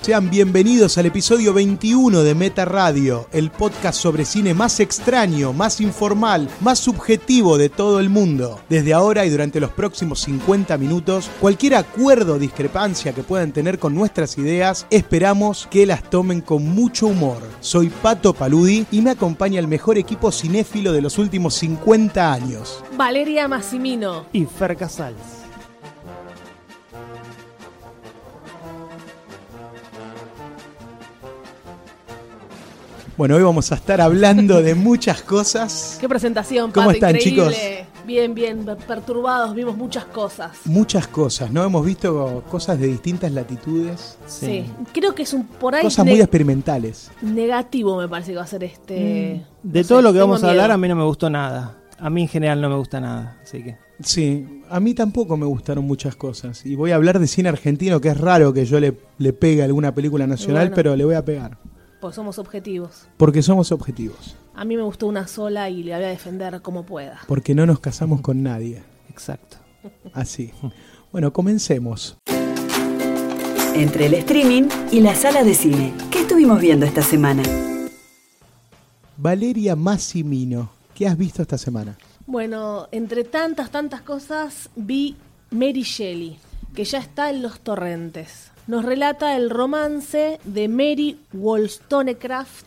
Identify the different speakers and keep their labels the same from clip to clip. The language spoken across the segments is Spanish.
Speaker 1: Sean bienvenidos al episodio 21 de Meta Radio, el podcast sobre cine más extraño, más informal, más subjetivo de todo el mundo. Desde ahora y durante los próximos 50 minutos, cualquier acuerdo o discrepancia que puedan tener con nuestras ideas, esperamos que las tomen con mucho humor. Soy Pato Paludi y me acompaña el mejor equipo cinéfilo de los últimos 50 años.
Speaker 2: Valeria Massimino.
Speaker 3: y Fer Casals.
Speaker 1: Bueno, hoy vamos a estar hablando de muchas cosas.
Speaker 2: Qué presentación,
Speaker 1: ¿Cómo
Speaker 2: Pato,
Speaker 1: están,
Speaker 2: increíble. Bien, bien, per- perturbados, vimos muchas cosas.
Speaker 1: Muchas cosas, ¿no? Hemos visto cosas de distintas latitudes.
Speaker 2: Sí. Creo que es un por ahí
Speaker 1: Cosas
Speaker 2: ne-
Speaker 1: muy experimentales.
Speaker 2: negativo, me parece que va a ser este.
Speaker 3: Mm, De
Speaker 2: no
Speaker 3: todo
Speaker 2: sé,
Speaker 3: lo que
Speaker 2: tengo
Speaker 3: vamos a
Speaker 2: miedo.
Speaker 3: hablar, a mí no me gustó nada. A mí en general no me gusta nada, así que.
Speaker 1: Sí, a mí tampoco me gustaron muchas cosas. Y voy a hablar de cine argentino, que es raro que yo le, le pegue a alguna película nacional,
Speaker 2: Bueno.
Speaker 1: pero le voy a pegar.
Speaker 2: Pues somos objetivos.
Speaker 1: Porque somos objetivos.
Speaker 2: A mí me gustó una sola y le voy a defender como pueda.
Speaker 1: Porque no nos casamos con nadie.
Speaker 3: Exacto.
Speaker 1: Así. Bueno, comencemos.
Speaker 4: Entre el streaming y la sala de cine. ¿Qué estuvimos viendo esta semana?
Speaker 1: Valeria Massimino, ¿qué has visto esta semana?
Speaker 2: Bueno, entre tantas, tantas cosas, vi Mary Shelley, que ya está en los torrentes. Nos relata el romance de Mary Wollstonecraft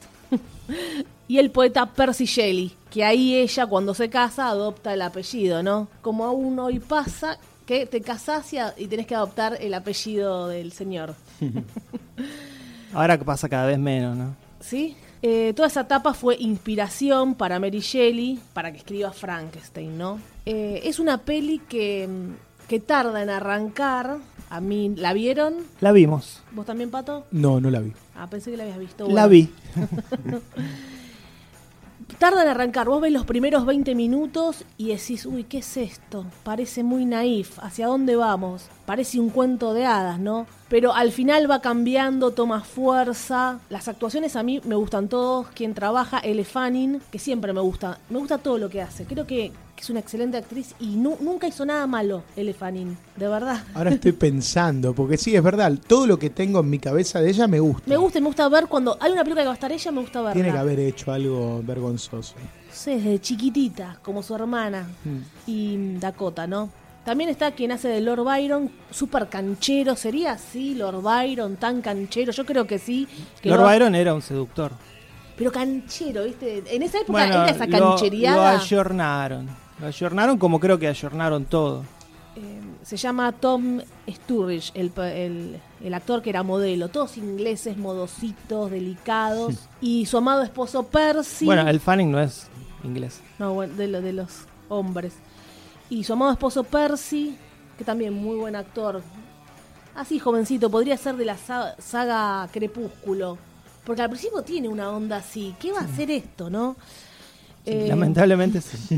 Speaker 2: y el poeta Percy Shelley, que ahí ella cuando se casa adopta el apellido, ¿no? Como aún hoy pasa que te casás y a- y tenés que adoptar el apellido del señor.
Speaker 3: Ahora que pasa cada vez menos, ¿no?
Speaker 2: ¿sí? Eh, toda esa etapa fue inspiración para Mary Shelley para que escriba Frankenstein, ¿no? Eh, es una peli que, mm, que tarda en arrancar. A mí, ¿la vieron?
Speaker 3: La vimos.
Speaker 2: ¿Vos también, Pato?
Speaker 1: No, no la vi.
Speaker 2: Ah, pensé que la habías visto. Bueno.
Speaker 3: La vi.
Speaker 2: Tarda en arrancar. Vos ves los primeros 20 minutos y decís, uy, ¿qué es esto? Parece muy naif. ¿Hacia dónde vamos? Parece un cuento de hadas, ¿no? Pero al final va cambiando, toma fuerza. Las actuaciones a mí me gustan todos. Quien trabaja, Elle Fanning, que siempre me gusta. Me gusta todo lo que hace. Creo que, que es una excelente actriz y nu- nunca hizo nada malo, Elle Fanning. De verdad.
Speaker 1: Ahora estoy pensando, porque sí, es verdad, todo lo que tengo en mi cabeza de ella me gusta.
Speaker 2: Me gusta, y me gusta ver cuando hay una película que va a estar ella, me gusta verla.
Speaker 1: Tiene que haber hecho algo vergonzoso.
Speaker 2: no sé, desde chiquitita, como su hermana
Speaker 3: Mm.
Speaker 2: y Dakota, ¿no? También está quien hace de Lord Byron, súper canchero. ¿Sería así Lord Byron, tan canchero? Yo creo que sí. que
Speaker 3: Lord
Speaker 2: lo-
Speaker 3: Byron era un seductor.
Speaker 2: Pero canchero, ¿viste? En esa época
Speaker 3: Bueno,
Speaker 2: era esa
Speaker 3: lo- Lo,
Speaker 2: cancheriada.
Speaker 3: ayornaron. Lo ayornaron como creo que ayornaron todo.
Speaker 2: Eh, se llama Tom Sturridge, el, pa- el- el actor que era modelo. Todos ingleses, modositos, delicados. Y su amado esposo Percy.
Speaker 3: Bueno, el Fanning no es inglés.
Speaker 2: No, bueno, de, lo- de los hombres. Y su amado esposo Percy, que también muy buen actor. Así, jovencito, podría ser de la sa- saga Crepúsculo. Porque al principio tiene una onda así. ¿Qué va a hacer esto, no? Eh,
Speaker 3: Lamentablemente sí.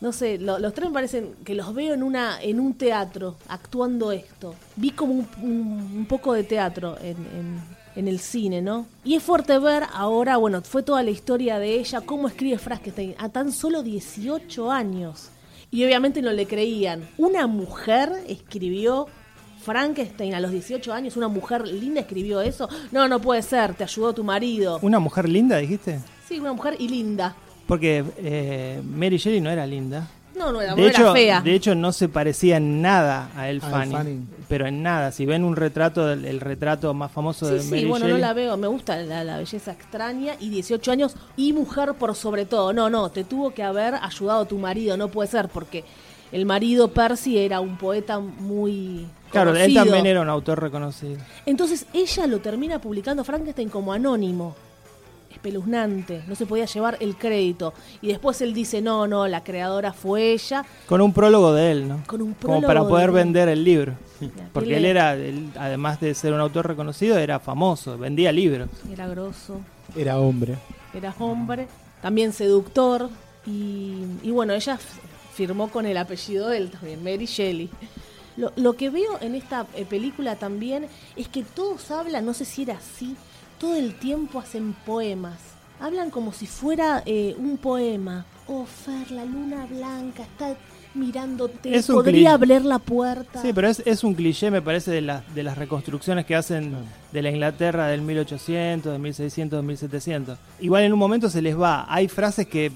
Speaker 2: no sé, lo- los tres me parecen que los veo en una en un teatro actuando esto. Vi como un, un- un poco de teatro en, en- en el cine, ¿no? Y es fuerte ver ahora, bueno, fue toda la historia de ella, cómo escribe Frankenstein a tan solo 18 años. Y obviamente no le creían. Una mujer escribió Frankenstein a los 18 años, una mujer linda escribió eso. No, no puede ser, te ayudó tu marido.
Speaker 3: ¿Una mujer linda, dijiste?
Speaker 2: Sí, una mujer y linda.
Speaker 3: Porque eh, Mary Shelley no era linda.
Speaker 2: No, no era,
Speaker 3: De
Speaker 2: no era
Speaker 3: hecho,
Speaker 2: fea.
Speaker 3: de hecho, no se parecía en nada
Speaker 1: A
Speaker 3: a El
Speaker 1: Elle
Speaker 3: Fanning,
Speaker 1: Fanning.
Speaker 3: Pero en nada. Si ven un retrato, del- el, retrato más famoso
Speaker 2: Sí,
Speaker 3: de
Speaker 2: sí,
Speaker 3: Mary
Speaker 2: bueno, no
Speaker 3: Shelley,
Speaker 2: la veo. Me gusta la, la belleza extraña y 18 años y mujer por sobre todo. No, no, te tuvo que haber ayudado tu marido, no puede ser, porque el marido Percy era un poeta muy.
Speaker 3: Claro, él
Speaker 2: conocido.
Speaker 3: también era un autor reconocido.
Speaker 2: Entonces ella lo termina publicando Frankenstein como anónimo. espeluznante, no se podía llevar el crédito. Y después él dice, no, no, la creadora fue ella,
Speaker 3: Con un prólogo de él, ¿no?
Speaker 2: Con un
Speaker 3: Como
Speaker 2: prólogo
Speaker 3: para poder
Speaker 2: de él.
Speaker 3: vender el libro. Porque
Speaker 2: Él
Speaker 3: él
Speaker 2: es-
Speaker 3: era, él, además de ser un autor reconocido, era famoso, vendía libros.
Speaker 2: era grosso,
Speaker 1: Era hombre.
Speaker 2: era hombre, también seductor. Y, y bueno, ella f- firmó con el apellido de él también, Mary Shelley. Lo, lo que veo en esta eh, película también es que todos hablan, no sé si era así, todo el tiempo hacen poemas. Hablan como si fuera eh, un poema. Oh, Fer, la luna blanca está mirándote.
Speaker 3: Es un
Speaker 2: Podría
Speaker 3: cliché.
Speaker 2: abrir la puerta.
Speaker 3: Sí, pero es, es un cliché, me parece, de, las de las reconstrucciones que hacen de la Inglaterra del 1800, del 1600, del 1700. Igual en un momento se les va. Hay frases que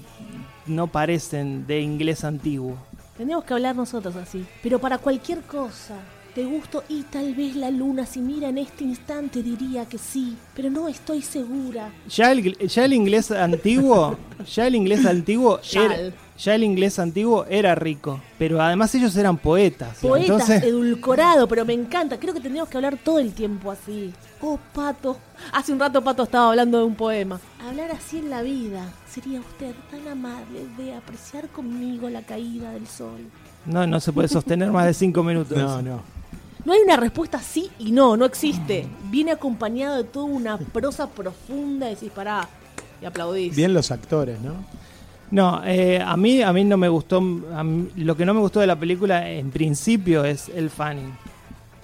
Speaker 3: no parecen de inglés antiguo.
Speaker 2: Tendríamos que hablar nosotros así. Pero para cualquier cosa, te gusto y tal vez la luna, si mira en este instante, diría que sí. Pero no estoy segura.
Speaker 3: Ya el, ya el inglés antiguo, ya el inglés antiguo,
Speaker 2: Ya
Speaker 3: era-
Speaker 2: el.
Speaker 3: ya el inglés antiguo era rico, pero además ellos eran poetas.
Speaker 2: Poetas
Speaker 3: entonces,
Speaker 2: edulcorado, pero me encanta. Creo que tendríamos que hablar todo el tiempo así. Oh, Pato. Hace un rato Pato estaba hablando de un poema. Hablar así en la vida. Sería usted tan amable de apreciar conmigo la caída del sol.
Speaker 3: no, no se puede sostener más de cinco minutos.
Speaker 1: No, no.
Speaker 2: No hay una respuesta sí y no, no existe. Viene acompañado de toda una prosa profunda. Decís, pará. Y aplaudís.
Speaker 1: Bien los actores, ¿no?
Speaker 3: No, eh, a mí a mí no me gustó. a mí- lo que no me gustó de la película en principio es el fanning.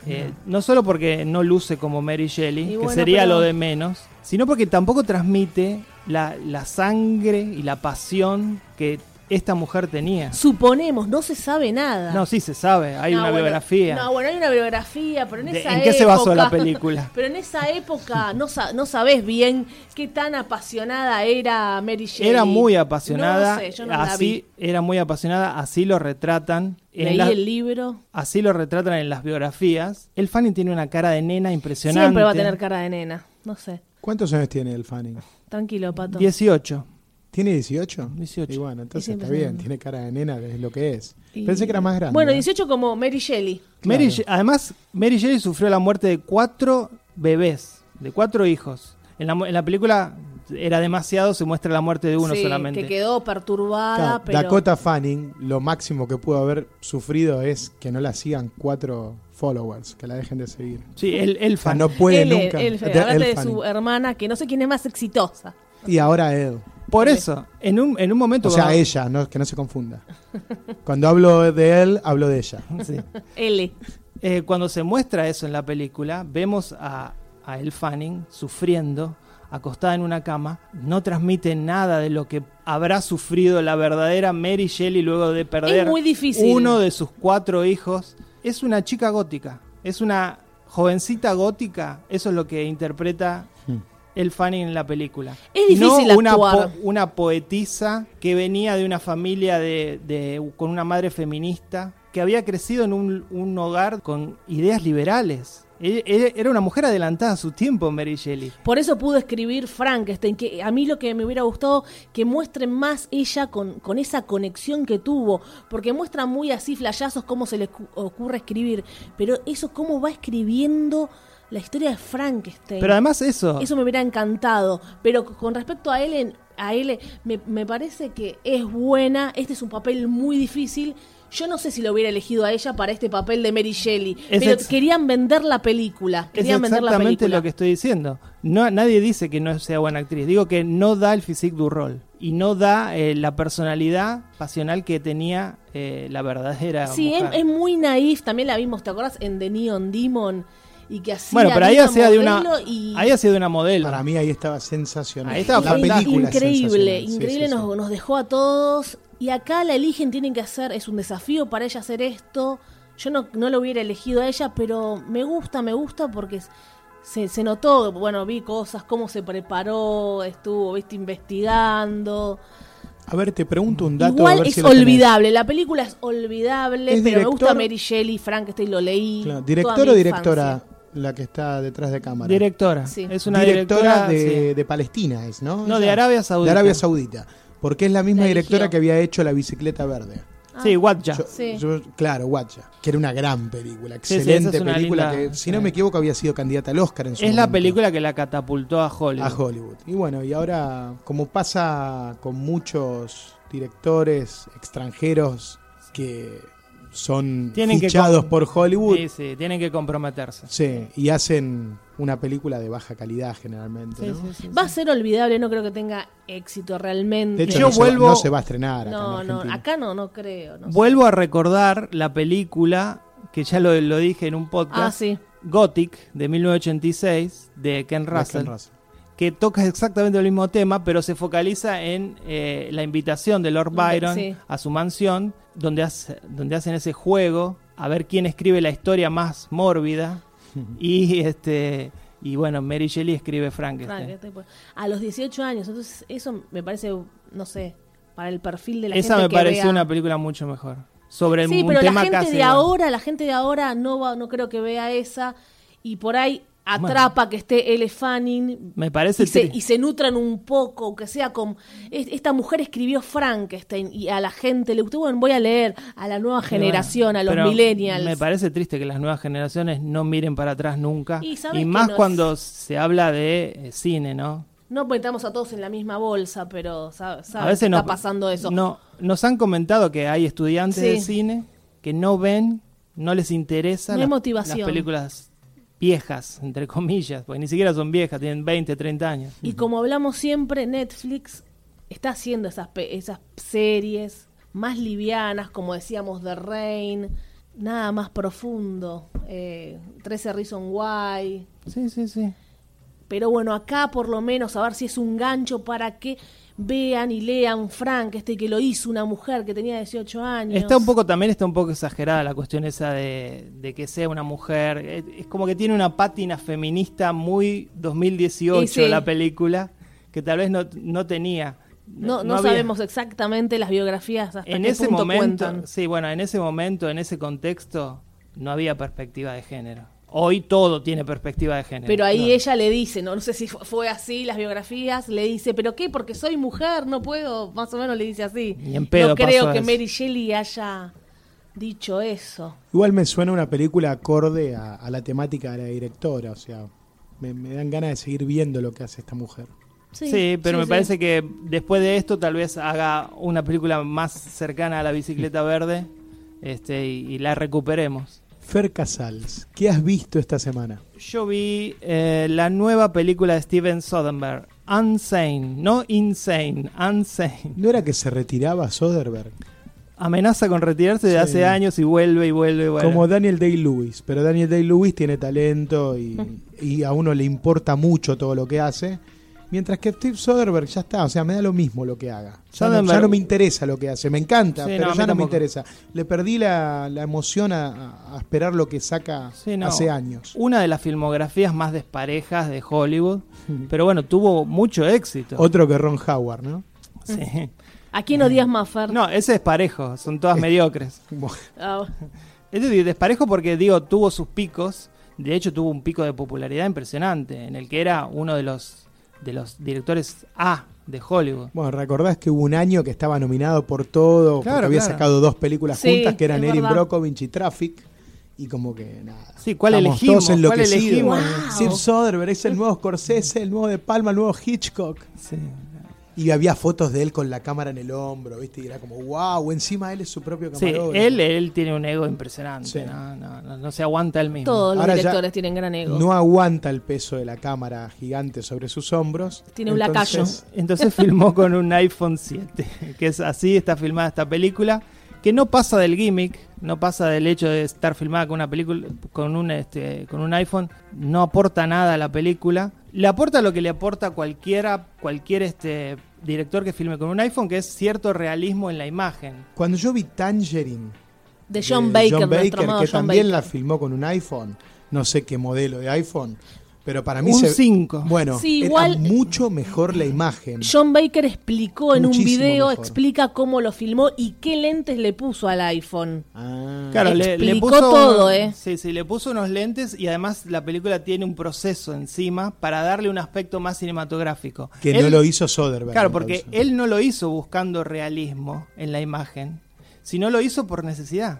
Speaker 3: Eh, no solo porque no luce como Mary Shelley,
Speaker 2: Y
Speaker 3: que
Speaker 2: bueno,
Speaker 3: sería
Speaker 2: pero-
Speaker 3: lo de menos, sino porque tampoco transmite la, la sangre y la pasión que esta mujer tenía.
Speaker 2: Suponemos, no se sabe nada.
Speaker 3: No, sí se sabe, hay
Speaker 2: Ah. No,
Speaker 3: una
Speaker 2: bueno,
Speaker 3: biografía.
Speaker 2: No, bueno, hay una biografía, pero en
Speaker 3: De-
Speaker 2: esa
Speaker 3: ¿en qué se basó la
Speaker 2: época-
Speaker 3: película?
Speaker 2: Pero en esa época no, sa- no sabes bien qué tan apasionada era Mary Shelley.
Speaker 3: Era muy
Speaker 2: No
Speaker 3: apasionada,
Speaker 2: sé, yo no la vi.
Speaker 3: así era muy apasionada, así lo retratan. en
Speaker 2: Leí
Speaker 3: la-
Speaker 2: el libro.
Speaker 3: Así lo retratan en las biografías. El Fanning tiene una cara de nena impresionante.
Speaker 2: Siempre va a tener cara de nena. No sé.
Speaker 1: ¿Cuántos años tiene el Fanning?
Speaker 2: Tranquilo, pato.
Speaker 3: 18.
Speaker 1: ¿Tiene 18?
Speaker 3: 18.
Speaker 1: Y bueno, entonces
Speaker 2: Siempre
Speaker 1: está
Speaker 2: es
Speaker 1: bien,
Speaker 2: una-
Speaker 1: tiene cara de nena, que es lo que es.
Speaker 2: Y-
Speaker 1: Pensé que era más grande.
Speaker 2: Bueno,
Speaker 1: ¿eh?
Speaker 2: 18 como Mary Shelley.
Speaker 3: Mary Ye- además, Mary Shelley sufrió la muerte de cuatro bebés, de cuatro hijos. En la, mu- en la película era demasiado, se muestra la muerte de uno
Speaker 2: Sí,
Speaker 3: solamente.
Speaker 2: Que quedó perturbada,
Speaker 1: Claro,
Speaker 2: ah, pero.
Speaker 1: Dakota Fanning, lo máximo que pudo haber sufrido es que no la sigan cuatro followers, que la dejen de seguir.
Speaker 3: Sí, el, el
Speaker 1: O sea,
Speaker 3: fan.
Speaker 1: no puede
Speaker 2: Él,
Speaker 1: nunca.
Speaker 2: él,
Speaker 1: de-
Speaker 2: hablate
Speaker 1: él
Speaker 2: de
Speaker 1: Fanning.
Speaker 2: su eh, hermana, que no sé quién es más exitosa.
Speaker 1: Y ahora él.
Speaker 3: Por eso, en un, en un momento...
Speaker 1: O sea,
Speaker 3: cuando-
Speaker 1: ella, no, que no se confunda. Cuando hablo de él, hablo de ella.
Speaker 3: Sí.
Speaker 2: L.
Speaker 3: Eh, cuando se muestra eso en la película, vemos a, a Elle Fanning sufriendo, acostada en una cama. No transmite nada de lo que habrá sufrido la verdadera Mary Shelley luego de perder
Speaker 2: muy difícil.
Speaker 3: uno de sus cuatro hijos. Es una chica gótica, es una jovencita gótica. Eso es lo que interpreta Elle Fanning en la película.
Speaker 2: Es difícil
Speaker 3: no una
Speaker 2: actuar.
Speaker 3: po- una poetisa que venía de una familia de, de- con una madre feminista, que había crecido en un, un hogar con ideas liberales. E- e- Era una mujer adelantada a su tiempo, Mary Shelley.
Speaker 2: Por eso pudo escribir Frankenstein, que a mí lo que me hubiera gustado que muestren más ella con, con esa conexión que tuvo, porque muestra muy así flayazos cómo se le cu- ocurre escribir, pero eso cómo va escribiendo la historia de Frankenstein.
Speaker 3: Pero además eso,
Speaker 2: Eso me hubiera encantado. Pero c- con respecto a Ellen, a Ellen me, me parece que es buena. Este es un papel muy difícil. Yo no sé si lo hubiera elegido a ella para este papel de Mary Shelley.
Speaker 3: Es
Speaker 2: pero
Speaker 3: ex-
Speaker 2: querían vender la película.
Speaker 3: es
Speaker 2: Querían vender la
Speaker 3: exactamente
Speaker 2: película.
Speaker 3: lo que estoy diciendo. No, nadie dice que no sea buena actriz. Digo que no da el physique du rol y no da eh, la personalidad pasional que tenía eh, la verdadera.
Speaker 2: Sí, es,
Speaker 3: mujer.
Speaker 2: es muy naif. También la vimos, ¿te acuerdas? En The Neon Demon. Y que hacía
Speaker 3: bueno, pero ahí
Speaker 2: misma
Speaker 3: hacía de una,
Speaker 2: modelo y-
Speaker 3: ahí hacía de una modelo.
Speaker 1: Para mí ahí estaba sensacional.
Speaker 3: Ahí estaba
Speaker 1: la
Speaker 3: fantástica.
Speaker 1: película es
Speaker 2: increíble,
Speaker 1: sensacional. Sí,
Speaker 2: increíble
Speaker 1: sí, sí.
Speaker 2: Nos, nos dejó a todos. Y acá la eligen, tienen que hacer, es un desafío para ella hacer esto. Yo no, no lo hubiera elegido a ella, pero me gusta, me gusta porque se, se notó, bueno, vi cosas, cómo se preparó, estuvo, viste, investigando.
Speaker 1: A ver, te pregunto un dato. a
Speaker 2: Igual
Speaker 1: ver
Speaker 2: es
Speaker 1: si lo tenés.
Speaker 2: olvidable, la película es olvidable,
Speaker 1: ¿Es
Speaker 2: pero me gusta
Speaker 1: director?
Speaker 2: Mary Shelley, Frankenstein, lo leí.
Speaker 1: Claro,
Speaker 2: toda
Speaker 1: ¿Director
Speaker 2: mi
Speaker 1: o directora
Speaker 2: infancia.
Speaker 1: la que está detrás de cámara?
Speaker 3: Directora.
Speaker 2: Sí.
Speaker 3: Es una
Speaker 1: directora
Speaker 3: directora,
Speaker 1: de,
Speaker 3: sí.
Speaker 1: de Palestina, es, ¿no?
Speaker 3: No,
Speaker 1: Ella-
Speaker 3: de Arabia Saudita.
Speaker 1: De Arabia Saudita. Porque es la misma
Speaker 2: La
Speaker 1: directora
Speaker 2: eligió.
Speaker 1: que había hecho La Bicicleta Verde.
Speaker 2: Ah,
Speaker 3: Sí, Watcha.
Speaker 1: Yo-
Speaker 2: Sí.
Speaker 1: yo- claro, Guacha, que era una gran película,
Speaker 3: Sí, sí, esa
Speaker 1: excelente
Speaker 3: es una
Speaker 1: película
Speaker 3: linda-
Speaker 1: que, si no
Speaker 3: sí.
Speaker 1: me equivoco, había sido candidata al Oscar en
Speaker 3: Es
Speaker 1: su
Speaker 3: la
Speaker 1: momento.
Speaker 3: película que la catapultó a Hollywood.
Speaker 1: a Hollywood. Y bueno, y ahora, como pasa con muchos directores extranjeros que son
Speaker 3: Tienen que
Speaker 1: fichados
Speaker 3: con-
Speaker 1: por Hollywood,
Speaker 3: Sí, sí, tienen que comprometerse.
Speaker 1: sí, y hacen una película de baja calidad generalmente.
Speaker 3: Sí,
Speaker 1: ¿no?
Speaker 3: sí, sí,
Speaker 2: Va a
Speaker 3: sí.
Speaker 2: ser olvidable, no creo que tenga éxito realmente.
Speaker 1: De hecho,
Speaker 3: Yo
Speaker 1: no, se va-
Speaker 3: vuelvo-
Speaker 1: no se va a estrenar. Acá
Speaker 2: no,
Speaker 1: en
Speaker 2: no,
Speaker 1: Argentina.
Speaker 2: acá no, no creo. no sé.
Speaker 3: Vuelvo a recordar la película que ya lo, lo dije en un podcast,
Speaker 2: Ah, sí.
Speaker 3: Gothic, de 1986, de Ken
Speaker 1: No,
Speaker 3: Russell,
Speaker 1: Ken Russell.
Speaker 3: que toca exactamente el mismo tema, pero se focaliza en eh, la invitación de Lord Byron
Speaker 2: Sí.
Speaker 3: a su mansión, donde, hace- donde hacen ese juego, a ver quién escribe la historia más mórbida. y este y bueno, Mary Shelley escribe
Speaker 2: Frank,
Speaker 3: Frankenstein.
Speaker 2: este tipo. A los 18 años, entonces eso me parece, no sé, para el perfil de la
Speaker 3: Esa
Speaker 2: gente
Speaker 3: me
Speaker 2: que
Speaker 3: pareció
Speaker 2: vea.
Speaker 3: una película mucho mejor. Sobre
Speaker 2: Sí,
Speaker 3: un
Speaker 2: pero la
Speaker 3: tema
Speaker 2: gente de
Speaker 3: casi igual.
Speaker 2: ahora, la gente de ahora no va, no creo que vea esa y por ahí atrapa que esté L. Fanning
Speaker 3: Me
Speaker 2: y
Speaker 3: parece
Speaker 2: se,
Speaker 3: tri-
Speaker 2: y se nutran un poco, que sea con es- esta mujer escribió Frankenstein y a la gente le gustó, bueno, voy a leer a la nueva
Speaker 3: Pero bueno,
Speaker 2: generación, a
Speaker 3: pero
Speaker 2: los millennials.
Speaker 3: Me parece triste que las nuevas generaciones no miren para atrás nunca.
Speaker 2: Y
Speaker 3: Y,
Speaker 2: sabes que
Speaker 3: más
Speaker 2: no es-
Speaker 3: cuando se habla de eh, cine, ¿no?
Speaker 2: No metamos a todos en la misma bolsa, pero sa- sabes
Speaker 3: a veces
Speaker 2: que
Speaker 3: nos-
Speaker 2: está pasando eso.
Speaker 3: No, nos han comentado que hay estudiantes
Speaker 2: Sí.
Speaker 3: de cine que no ven, no les interesa
Speaker 2: No hay
Speaker 3: las,
Speaker 2: motivación.
Speaker 3: las películas viejas, entre comillas, porque ni siquiera son viejas, tienen 20, 30 años.
Speaker 2: Y como hablamos siempre, Netflix está haciendo esas, pe- esas series más livianas, como decíamos, The Rain, nada más profundo, eh, 13 Reason Why.
Speaker 3: Sí, sí, sí.
Speaker 2: Pero bueno, acá por lo menos a ver si es un gancho para que vean y lean Frank, este que lo hizo una mujer que tenía 18 años.
Speaker 3: Está un poco, también está un poco exagerada la cuestión esa de, de que sea una mujer. Es, es como que tiene una pátina feminista muy 2018
Speaker 2: Y sí.
Speaker 3: la película, que tal vez no, no tenía.
Speaker 2: No, no,
Speaker 3: había.
Speaker 2: sabemos exactamente las biografías hasta
Speaker 3: En
Speaker 2: qué
Speaker 3: ese
Speaker 2: punto
Speaker 3: momento,
Speaker 2: cuentan.
Speaker 3: sí, bueno, en ese momento, en ese contexto, no había perspectiva de género. Hoy todo tiene perspectiva de género.
Speaker 2: Pero ahí
Speaker 3: No.
Speaker 2: ella le dice, no, no sé si fu- fue así, las biografías, le dice, ¿pero qué? Porque soy mujer, no puedo, más o menos le dice así.
Speaker 3: Ni en pedo
Speaker 2: no
Speaker 3: pasó
Speaker 2: creo que
Speaker 3: eso.
Speaker 2: Mary Shelley haya dicho eso.
Speaker 1: Igual me suena una película acorde a, a la temática de la directora, o sea, me, me dan ganas de seguir viendo lo que hace esta mujer.
Speaker 3: Sí, pero me parece que después de esto tal vez haga una película más cercana a la bicicleta verde este, y- y la recuperemos.
Speaker 1: Fer Casals, ¿qué has visto esta semana?
Speaker 3: Yo vi eh, la nueva película de Steven Soderbergh, Unsane, no Insane, Unsane.
Speaker 1: ¿No era que se retiraba Soderbergh?
Speaker 3: Amenaza con retirarse de
Speaker 1: Sí.
Speaker 3: hace años y vuelve y vuelve y vuelve.
Speaker 1: Como Daniel Day-Lewis, pero Daniel Day-Lewis tiene talento y, y a uno le importa mucho todo lo que hace. Mientras que Steve Soderbergh ya está, o sea, me da lo mismo lo que haga. Ya, no,
Speaker 3: Soderbergh-
Speaker 1: ya no me interesa lo que hace, me encanta,
Speaker 3: Sí, no,
Speaker 1: pero
Speaker 3: a mí
Speaker 1: ya no me
Speaker 3: tampoco.
Speaker 1: interesa. Le perdí la, la emoción a, a esperar lo que saca
Speaker 3: Sí, no.
Speaker 1: hace años.
Speaker 3: Una de las filmografías más desparejas de Hollywood, pero bueno, tuvo mucho éxito.
Speaker 1: Otro que Ron Howard, ¿no?
Speaker 3: Sí.
Speaker 2: ¿A quién odias más, Fer?
Speaker 3: No, ese es parejo, son
Speaker 1: Eh.
Speaker 3: todas mediocres.
Speaker 1: Bueno,
Speaker 2: Ah,
Speaker 3: Es decir, desparejo porque, digo, tuvo sus picos. De hecho, tuvo un pico de popularidad impresionante, en el que era uno de los, de los directores A de Hollywood.
Speaker 1: Bueno, recordás que hubo un año que estaba nominado por todo, porque
Speaker 3: Claro,
Speaker 1: había
Speaker 3: claro.
Speaker 1: sacado dos películas
Speaker 2: Sí,
Speaker 1: juntas que eran
Speaker 2: es
Speaker 1: Erin
Speaker 2: verdad.
Speaker 1: Brockovich y Traffic. Y como que nada.
Speaker 3: Sí, ¿cuál
Speaker 1: Estamos Todos
Speaker 3: elegimos? ¿Cuál
Speaker 1: enloquecidos.
Speaker 3: elegimos?
Speaker 2: Wow.
Speaker 1: Steve Soderbergh es el nuevo Scorsese, el nuevo De Palma, el nuevo Hitchcock.
Speaker 3: Sí.
Speaker 1: Y había fotos de él con la cámara en el hombro, ¿viste? Y era como, wow, encima él es su propio
Speaker 3: Sí,
Speaker 1: camarógrafo.
Speaker 3: él, él tiene un ego impresionante.
Speaker 1: Sí.
Speaker 3: No, no, no, no se aguanta él mismo.
Speaker 2: todos los
Speaker 1: Ahora ya-
Speaker 2: directores tienen gran ego.
Speaker 1: no aguanta el peso de la cámara gigante sobre sus hombros.
Speaker 2: Tiene un lacayo.
Speaker 1: Entonces,
Speaker 3: Entonces filmó con un iPhone 7, que es así, está filmada esta película, que no pasa del gimmick, no pasa del hecho de estar filmada con una película, con un este, con un iPhone, no aporta nada a la película. Le aporta lo que le aporta cualquiera, cualquier este director que filme con un iPhone, que es cierto realismo en la imagen.
Speaker 1: Cuando yo vi Tangerine,
Speaker 2: de John Baker, nuestro amado
Speaker 1: que
Speaker 2: John
Speaker 1: también la
Speaker 2: Baker.
Speaker 1: filmó con un iPhone. No sé qué modelo de iPhone, pero para mí
Speaker 3: Un
Speaker 1: se.
Speaker 3: 5.
Speaker 1: Bueno,
Speaker 2: Sí,
Speaker 1: era
Speaker 2: igual-
Speaker 1: mucho mejor la imagen.
Speaker 2: John Baker explicó en un
Speaker 1: Muchísimo
Speaker 2: video,
Speaker 1: mejor.
Speaker 2: explica cómo lo filmó y qué lentes le puso al iPhone.
Speaker 1: Ah.
Speaker 3: Claro, le, le
Speaker 2: Explicó
Speaker 3: puso
Speaker 2: todo, ¿eh?
Speaker 3: Sí, sí, le puso unos lentes y además la película tiene un proceso encima para darle un aspecto más cinematográfico.
Speaker 1: que no
Speaker 3: Él-
Speaker 1: lo hizo Soderbergh.
Speaker 3: Claro, porque
Speaker 1: entonces.
Speaker 3: él no lo hizo buscando realismo en la imagen, sino lo hizo por necesidad.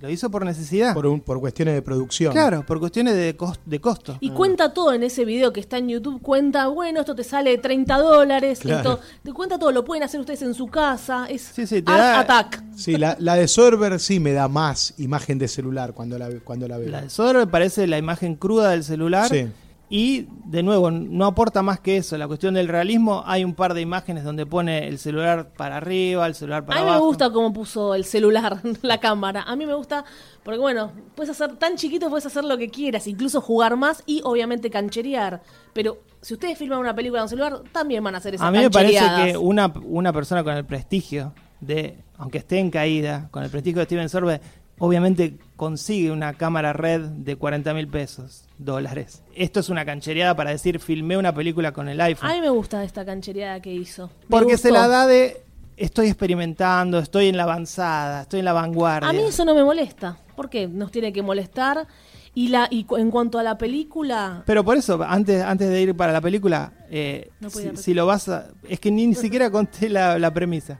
Speaker 3: Lo hizo por necesidad.
Speaker 1: Por, un- por cuestiones de producción.
Speaker 3: Claro, por cuestiones de, cos- de costo.
Speaker 2: Y cuenta todo en ese video que está en YouTube, cuenta, bueno, esto te sale 30 dólares,
Speaker 1: Claro.
Speaker 2: esto- te cuenta todo, lo pueden hacer ustedes en su casa, es
Speaker 3: Sí, sí, te
Speaker 2: Art
Speaker 3: da-
Speaker 2: Attack.
Speaker 1: Sí, la, la de Sorber sí me da más imagen de celular cuando la, cuando la veo.
Speaker 3: La de Sodor me parece la imagen cruda del celular.
Speaker 1: Sí.
Speaker 3: Y de nuevo, no aporta más que eso. La cuestión del realismo, hay un par de imágenes donde pone el celular para arriba, el celular para
Speaker 2: a mí
Speaker 3: abajo.
Speaker 2: me gusta cómo puso el celular, la cámara. A mí me gusta, porque bueno, puedes hacer tan chiquito, puedes hacer lo que quieras, incluso jugar más y obviamente cancherear. Pero si ustedes filman una película en un celular, también van a hacer esas
Speaker 3: A mí me parece
Speaker 2: canchereadas.
Speaker 3: que una, una persona con el prestigio de, aunque esté en caída, con el prestigio de Steven Sorbe, obviamente consigue una cámara red de 40 mil pesos, dólares. Esto es una canchereada para decir, filmé una película con el iPhone.
Speaker 2: A mí me gusta esta canchereada que hizo. Me
Speaker 3: porque se
Speaker 2: gustó.
Speaker 3: la da de, estoy experimentando, estoy en la avanzada, estoy en la vanguardia.
Speaker 2: A mí eso no me molesta. ¿Por qué? Nos tiene que molestar. Y, la, y cu- en cuanto a la película,
Speaker 3: Pero por eso, antes, antes de ir para la película, eh,
Speaker 2: No podía
Speaker 3: si,
Speaker 2: repetir.
Speaker 3: si lo vas a... Es que ni siquiera conté la, la premisa.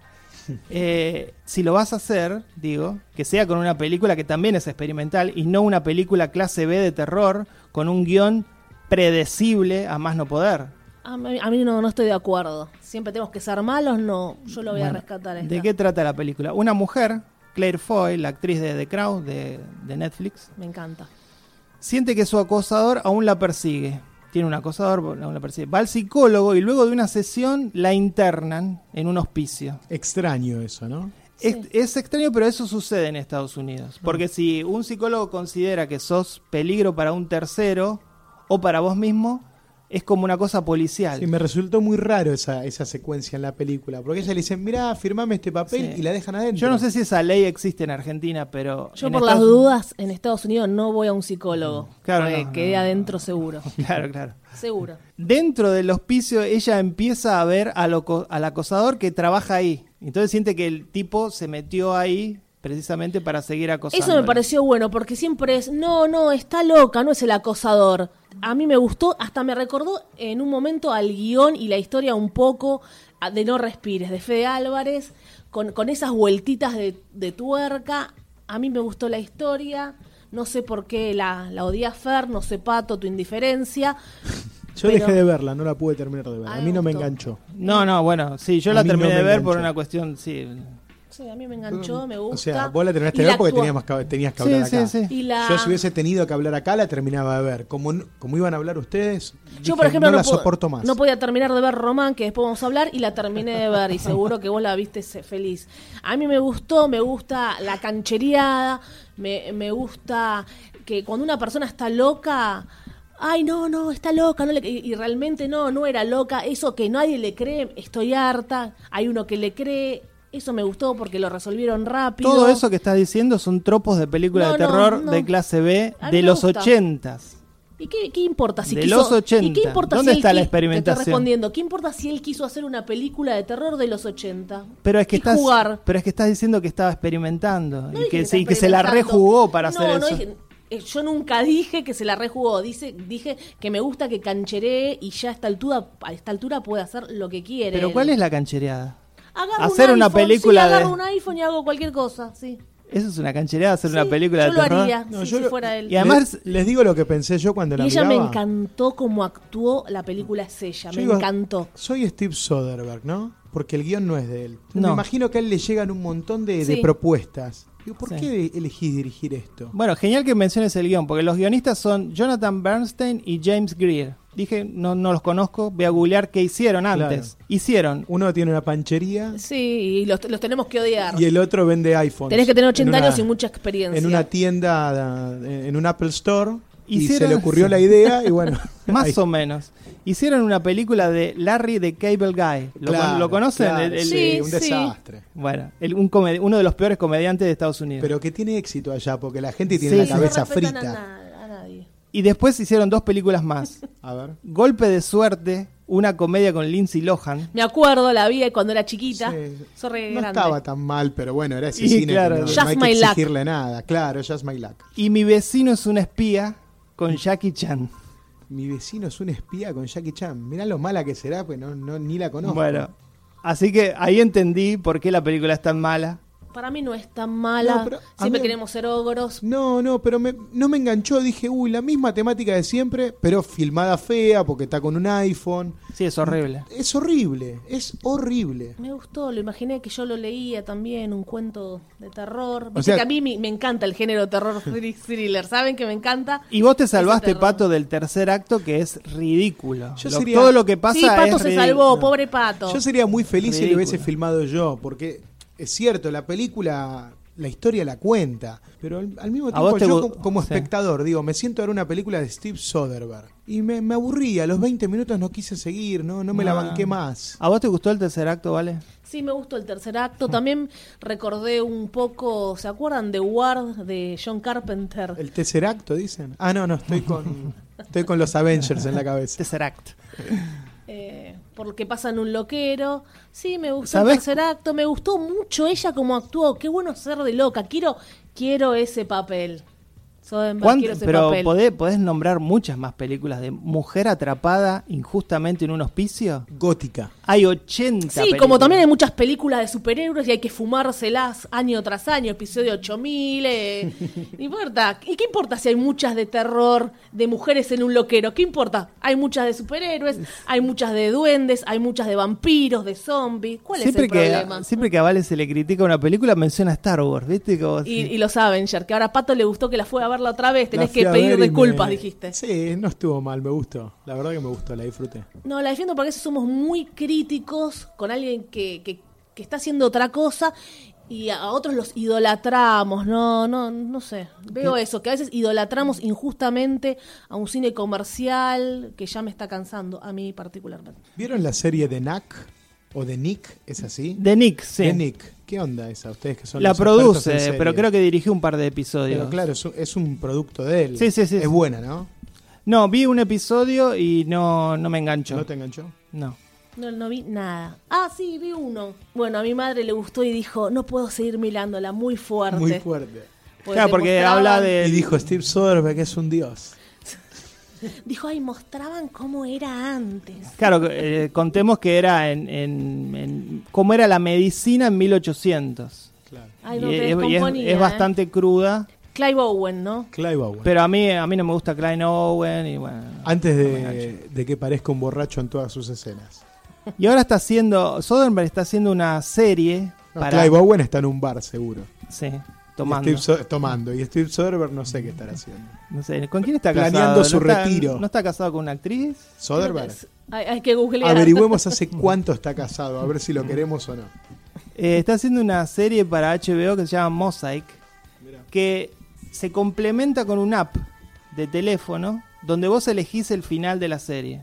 Speaker 3: Eh, si lo vas a hacer, digo, que sea con una película que también es experimental y no una película clase B de terror con un guión predecible a más no poder.
Speaker 2: a mí, a mí no, no estoy de acuerdo. Siempre tenemos que ser malos, no. Yo lo voy a
Speaker 3: Bueno,
Speaker 2: rescatar. Esta.
Speaker 3: ¿De qué trata la película? Una mujer, Claire Foy, la actriz de The Crown, de, de Netflix,
Speaker 2: Me encanta.
Speaker 3: Siente que su acosador aún la persigue. Tiene un acosador, aún la persigue. Va al psicólogo y luego de una sesión la internan en un hospicio.
Speaker 1: Extraño eso, ¿no?
Speaker 3: Es,
Speaker 2: Sí. Mm.
Speaker 3: es extraño, pero eso sucede en Estados Unidos. Porque si un psicólogo considera que sos peligro para un tercero o para vos mismo, es como una cosa policial.
Speaker 1: Sí, me resultó muy raro esa, esa secuencia en la película, porque ella le dice, mirá, firmame este papel
Speaker 3: Sí.
Speaker 1: y la dejan adentro.
Speaker 3: Yo no sé si esa ley existe en Argentina, pero...
Speaker 2: Yo
Speaker 3: en
Speaker 2: por las
Speaker 3: Estados-
Speaker 2: dudas, en Estados Unidos no voy a un psicólogo.
Speaker 3: Claro,
Speaker 2: porque
Speaker 3: no,
Speaker 2: quedé
Speaker 3: no, no.
Speaker 2: adentro seguro.
Speaker 3: Claro, claro.
Speaker 2: Seguro.
Speaker 3: Dentro del hospicio ella empieza a ver al, oco- al acosador que trabaja ahí. Entonces siente que el tipo se metió ahí precisamente para seguir acosando.
Speaker 2: Eso me pareció bueno, porque siempre es, no, no, está loca, no es el acosador. A mí me gustó, hasta me recordó en un momento al guión y la historia un poco a- de No Respires, de Fede Álvarez, con, con esas vueltitas de, de tuerca. A mí me gustó la historia, no sé por qué la, la odia Fer, no sé Pato, tu indiferencia.
Speaker 1: Yo
Speaker 2: pero-
Speaker 1: dejé de verla, no la pude terminar de ver.
Speaker 2: Ah,
Speaker 1: a mí no me
Speaker 2: gustó.
Speaker 1: enganchó.
Speaker 3: No, no, bueno, sí, yo
Speaker 1: A
Speaker 3: la
Speaker 1: mí no
Speaker 3: terminé
Speaker 1: me
Speaker 3: de ver por
Speaker 1: enganchó.
Speaker 3: una cuestión, sí.
Speaker 2: Sí, a mí me enganchó, me gusta.
Speaker 1: O sea, vos la terminaste
Speaker 2: Y
Speaker 1: de ver porque
Speaker 2: actua-
Speaker 1: tenías, más que, tenías que
Speaker 3: Sí,
Speaker 1: hablar acá.
Speaker 3: sí, sí.
Speaker 2: Y la-
Speaker 1: Yo si hubiese tenido que hablar acá, la terminaba de ver. Como, n- como iban a hablar ustedes,
Speaker 2: Yo,
Speaker 1: dije,
Speaker 2: por ejemplo,
Speaker 1: no,
Speaker 2: no,
Speaker 1: la
Speaker 2: po-
Speaker 1: soporto más.
Speaker 2: no podía terminar de ver Román, que después vamos a hablar, y la terminé de ver, y seguro que vos la viste se- feliz. A mí me gustó, me gusta la canchereada, me, me gusta que cuando una persona está loca, ay, no, no, está loca, no le- y, y realmente no, no era loca, eso que nadie le cree, estoy harta, hay uno que le cree, eso me gustó porque lo resolvieron rápido.
Speaker 3: Todo eso que estás diciendo son tropos de películas
Speaker 2: No,
Speaker 3: de
Speaker 2: no,
Speaker 3: terror
Speaker 2: no.
Speaker 3: de clase B
Speaker 2: A mí
Speaker 3: de
Speaker 2: me
Speaker 3: los
Speaker 2: gusta.
Speaker 3: ochentas.
Speaker 2: ¿Y qué, qué importa si
Speaker 3: De
Speaker 2: quiso,
Speaker 3: los 80.
Speaker 2: ¿Y qué importa
Speaker 3: ¿Dónde
Speaker 2: si él
Speaker 3: está la
Speaker 2: qui- te estoy
Speaker 3: experimentación?
Speaker 2: respondiendo. ¿Qué importa si él quiso hacer una película de terror de los 80?
Speaker 3: Pero es que
Speaker 2: Y
Speaker 3: estás,
Speaker 2: jugar.
Speaker 3: pero es que estás diciendo que estaba experimentando
Speaker 2: No
Speaker 3: y
Speaker 2: dije
Speaker 3: que,
Speaker 2: está
Speaker 3: sí, que se la
Speaker 2: experimentando.
Speaker 3: rejugó para
Speaker 2: No,
Speaker 3: hacer
Speaker 2: no
Speaker 3: eso.
Speaker 2: dije- eh, yo nunca dije que se la rejugó. Dice, dije que me gusta que cancheré y ya a esta altura, a esta altura puede hacer lo que quiere.
Speaker 3: Pero ¿cuál es la canchereada?
Speaker 2: Agarro
Speaker 3: hacer
Speaker 2: un
Speaker 3: una
Speaker 2: iPhone,
Speaker 3: película
Speaker 2: sí, agarro
Speaker 3: de-
Speaker 2: un iPhone y hago cualquier cosa, sí.
Speaker 3: Eso es una canchereada hacer
Speaker 2: Sí,
Speaker 3: una película
Speaker 2: yo
Speaker 3: de
Speaker 2: lo
Speaker 3: terror.
Speaker 2: haría
Speaker 1: No,
Speaker 2: sí,
Speaker 1: yo
Speaker 2: si
Speaker 1: lo-
Speaker 2: fuera él.
Speaker 3: Y además-
Speaker 1: Le- les digo lo que pensé yo cuando
Speaker 2: Y
Speaker 1: la
Speaker 2: ella me
Speaker 1: miraba.
Speaker 2: encantó cómo actuó la película es ella,
Speaker 1: Yo
Speaker 2: me
Speaker 1: digo,
Speaker 2: encantó.
Speaker 1: Soy Steve Soderbergh, ¿no? Porque el guión no es de él.
Speaker 3: No.
Speaker 1: Me imagino que a él le llegan un montón de, de
Speaker 2: Sí.
Speaker 1: propuestas. Digo, ¿por
Speaker 3: Sí.
Speaker 1: qué elegís dirigir esto?
Speaker 3: Bueno, genial que menciones el guión, porque los guionistas son Jonathan Bernstein y James Greer. Dije, no, no los conozco, voy a googlear qué hicieron antes. Hicieron.
Speaker 1: Uno tiene una panchería
Speaker 2: Sí, y los, los tenemos que odiar.
Speaker 1: y el otro vende iPhones.
Speaker 2: Tenés que tener
Speaker 1: En
Speaker 2: 80
Speaker 1: una-
Speaker 2: años y mucha experiencia.
Speaker 1: En una tienda, en un Apple Store. Y se
Speaker 3: Hicieron-
Speaker 1: le ocurrió la idea y bueno.
Speaker 3: Más
Speaker 1: ahí.
Speaker 3: o menos. Hicieron una película de Larry the Cable Guy. ¿Lo,
Speaker 1: Claro,
Speaker 3: con- lo conocen?
Speaker 1: claro,
Speaker 3: El- el-
Speaker 1: sí,
Speaker 2: Sí,
Speaker 1: un
Speaker 2: sí.
Speaker 1: desastre.
Speaker 3: Bueno, el- un come- uno de los peores comediantes de Estados Unidos.
Speaker 1: Pero que tiene éxito allá porque la gente tiene
Speaker 3: Sí,
Speaker 1: la
Speaker 3: sí.
Speaker 2: No
Speaker 1: cabeza
Speaker 2: respetan a
Speaker 1: frita.
Speaker 2: na- a nadie.
Speaker 3: Y después hicieron dos películas más.
Speaker 1: A ver.
Speaker 3: Golpe de suerte, una comedia con Lindsay Lohan.
Speaker 2: Me acuerdo, la vi cuando era chiquita.
Speaker 1: Sí.
Speaker 2: Sorry,
Speaker 1: No
Speaker 2: grande.
Speaker 1: estaba tan mal, pero bueno, era ese
Speaker 3: Y
Speaker 1: cine que
Speaker 3: claro,
Speaker 1: no, no
Speaker 2: Just
Speaker 1: hay
Speaker 2: My
Speaker 1: que
Speaker 2: Luck.
Speaker 1: exigirle nada. Claro, Just My Luck.
Speaker 3: Y Mi vecino es un espía con Jackie Chan.
Speaker 1: Mi vecino es un espía con Jackie Chan. Mirá lo mala que será, pues no, no- ni la conozco.
Speaker 3: Bueno, así que ahí entendí por qué la película es tan mala.
Speaker 2: Para mí no es tan mala.
Speaker 1: No, pero a
Speaker 2: Siempre
Speaker 1: mí-
Speaker 2: queremos ser ogros.
Speaker 1: No, no, pero me- no me enganchó. Dije, uy, la misma temática de siempre, pero filmada fea porque está con un iPhone.
Speaker 3: Sí, es horrible.
Speaker 1: Es horrible, es horrible.
Speaker 2: Me gustó, lo imaginé que yo lo leía también, un cuento de terror. Viste
Speaker 1: sea-
Speaker 2: que a mí me, me encanta el género terror thr- thriller, ¿saben que me encanta?
Speaker 3: Y vos te
Speaker 2: Ese
Speaker 3: salvaste,
Speaker 2: terror.
Speaker 3: Pato, del tercer acto que es ridículo.
Speaker 1: Yo
Speaker 3: Lo-
Speaker 1: sería-
Speaker 3: Todo lo que pasa
Speaker 2: sí, Pato
Speaker 3: es
Speaker 2: se
Speaker 3: ridículo.
Speaker 2: salvó, pobre Pato.
Speaker 1: Yo sería muy feliz si lo
Speaker 3: Ridículo.
Speaker 1: hubiese filmado yo, porque es cierto, la película, la historia la cuenta, pero al, al mismo
Speaker 3: A
Speaker 1: tiempo
Speaker 3: vos te
Speaker 1: yo
Speaker 3: gu-
Speaker 1: como, como
Speaker 3: sí.
Speaker 1: espectador, digo, me siento a ver una película de Steve Soderbergh y me, me aburrí, a los 20 minutos no quise seguir, no, no me la
Speaker 3: No.
Speaker 1: banqué más.
Speaker 3: Ah. ¿A vos te gustó el tercer acto, vale?
Speaker 2: Sí, me gustó el tercer acto. También recordé un poco, ¿se acuerdan de Ward de John Carpenter?
Speaker 1: El tercer acto, dicen. Ah, no, no, estoy con, estoy con los Avengers en la cabeza.
Speaker 3: Tercer acto.
Speaker 2: eh, por lo que pasa en un loquero. Sí, me gustó
Speaker 3: ¿Sabés?
Speaker 2: el tercer acto, me gustó mucho ella como actuó. Qué bueno ser de loca, quiero quiero ese papel. Soderbergh,
Speaker 3: ¿Cuánto-
Speaker 2: quiero ese
Speaker 3: Pero
Speaker 2: papel.
Speaker 3: podés, podés nombrar muchas más películas de mujer atrapada injustamente en un hospicio.
Speaker 1: Gótica.
Speaker 3: Hay 80
Speaker 2: Sí,
Speaker 3: películas.
Speaker 2: como también hay muchas películas de superhéroes y hay que fumárselas año tras año, episodio 8000, eh, no importa. ¿Y qué importa si hay muchas de terror, de mujeres en un loquero? ¿Qué importa? Hay muchas de superhéroes, hay muchas de duendes, hay muchas de vampiros, de zombies. ¿Cuál
Speaker 3: siempre
Speaker 2: es el
Speaker 3: que,
Speaker 2: problema?
Speaker 3: Siempre que a Vale se le critica una película, menciona Star Wars, ¿viste? Como
Speaker 2: y,
Speaker 3: si-
Speaker 2: y los Avengers, que ahora a Pato le gustó que la fue a verla otra vez, tenés
Speaker 1: La fui
Speaker 2: que
Speaker 1: a
Speaker 2: pedir
Speaker 1: ver y
Speaker 2: disculpas,
Speaker 1: me-
Speaker 2: dijiste.
Speaker 1: Sí, no estuvo mal, me gustó. La verdad que me gustó, la disfruté.
Speaker 2: No, la defiendo porque a veces somos muy críticos con alguien que, que- que está haciendo otra cosa y a otros los idolatramos, no, no, no sé. Veo eso, que a veces idolatramos injustamente a un cine comercial que ya me está cansando, a mí particularmente.
Speaker 1: ¿Vieron la serie de Knack? ¿O de Nick? ¿Es así?
Speaker 3: De Nick, sí.
Speaker 1: De Nick. ¿Qué onda esa? Ustedes que son
Speaker 3: La
Speaker 1: los expertos en
Speaker 3: produce,
Speaker 1: serie.
Speaker 3: pero creo que dirigió un par de episodios.
Speaker 1: Pero claro, es un, es un producto de él.
Speaker 3: Sí, sí, sí,
Speaker 1: Es
Speaker 3: sí.
Speaker 1: buena, ¿no?
Speaker 3: No, vi un episodio y no, no me enganchó.
Speaker 1: ¿No te enganchó?
Speaker 3: No.
Speaker 2: No, no vi nada. Ah, sí, vi uno. Bueno, a mi madre le gustó y dijo, no puedo seguir mirándola, muy fuerte.
Speaker 1: Muy fuerte.
Speaker 2: Porque
Speaker 3: Claro, porque
Speaker 2: mostraban-
Speaker 3: habla de-
Speaker 1: Y dijo Steve Soderbergh que es un dios.
Speaker 2: Dijo, ay, mostraban cómo era antes.
Speaker 3: Claro, eh, contemos que era en, en- en- cómo era la medicina en 1800.
Speaker 1: Claro.
Speaker 2: Ay, no
Speaker 3: Y
Speaker 2: te
Speaker 3: es- y es,
Speaker 2: descomponía,
Speaker 3: es
Speaker 2: ¿eh?
Speaker 3: bastante cruda,
Speaker 2: Clive Owen, ¿no?
Speaker 1: Clive Owen.
Speaker 3: pero a mí a mí no me gusta Klein Owen y bueno.
Speaker 1: Antes de, de que parezca un borracho en todas sus escenas.
Speaker 3: Y ahora está haciendo Soderbergh está haciendo una serie
Speaker 1: No,
Speaker 3: para
Speaker 1: Clive Owen está en un bar, seguro.
Speaker 3: sí,
Speaker 1: Y
Speaker 3: tomando.
Speaker 1: Steve So- tomando. Y Steve Soderbergh no sé qué estará haciendo.
Speaker 3: No sé, ¿con quién está casado?
Speaker 1: Planeando
Speaker 3: ¿No
Speaker 1: su
Speaker 3: está-
Speaker 1: retiro.
Speaker 3: ¿No está casado con una actriz?
Speaker 1: Soderbergh.
Speaker 2: Hay, hay que googlear.
Speaker 1: Averigüemos hace cuánto está casado, a ver si lo queremos o no.
Speaker 3: Eh, está haciendo una serie para HBO que se llama Mosaic, que se complementa con un app de teléfono donde vos elegís el final de la serie.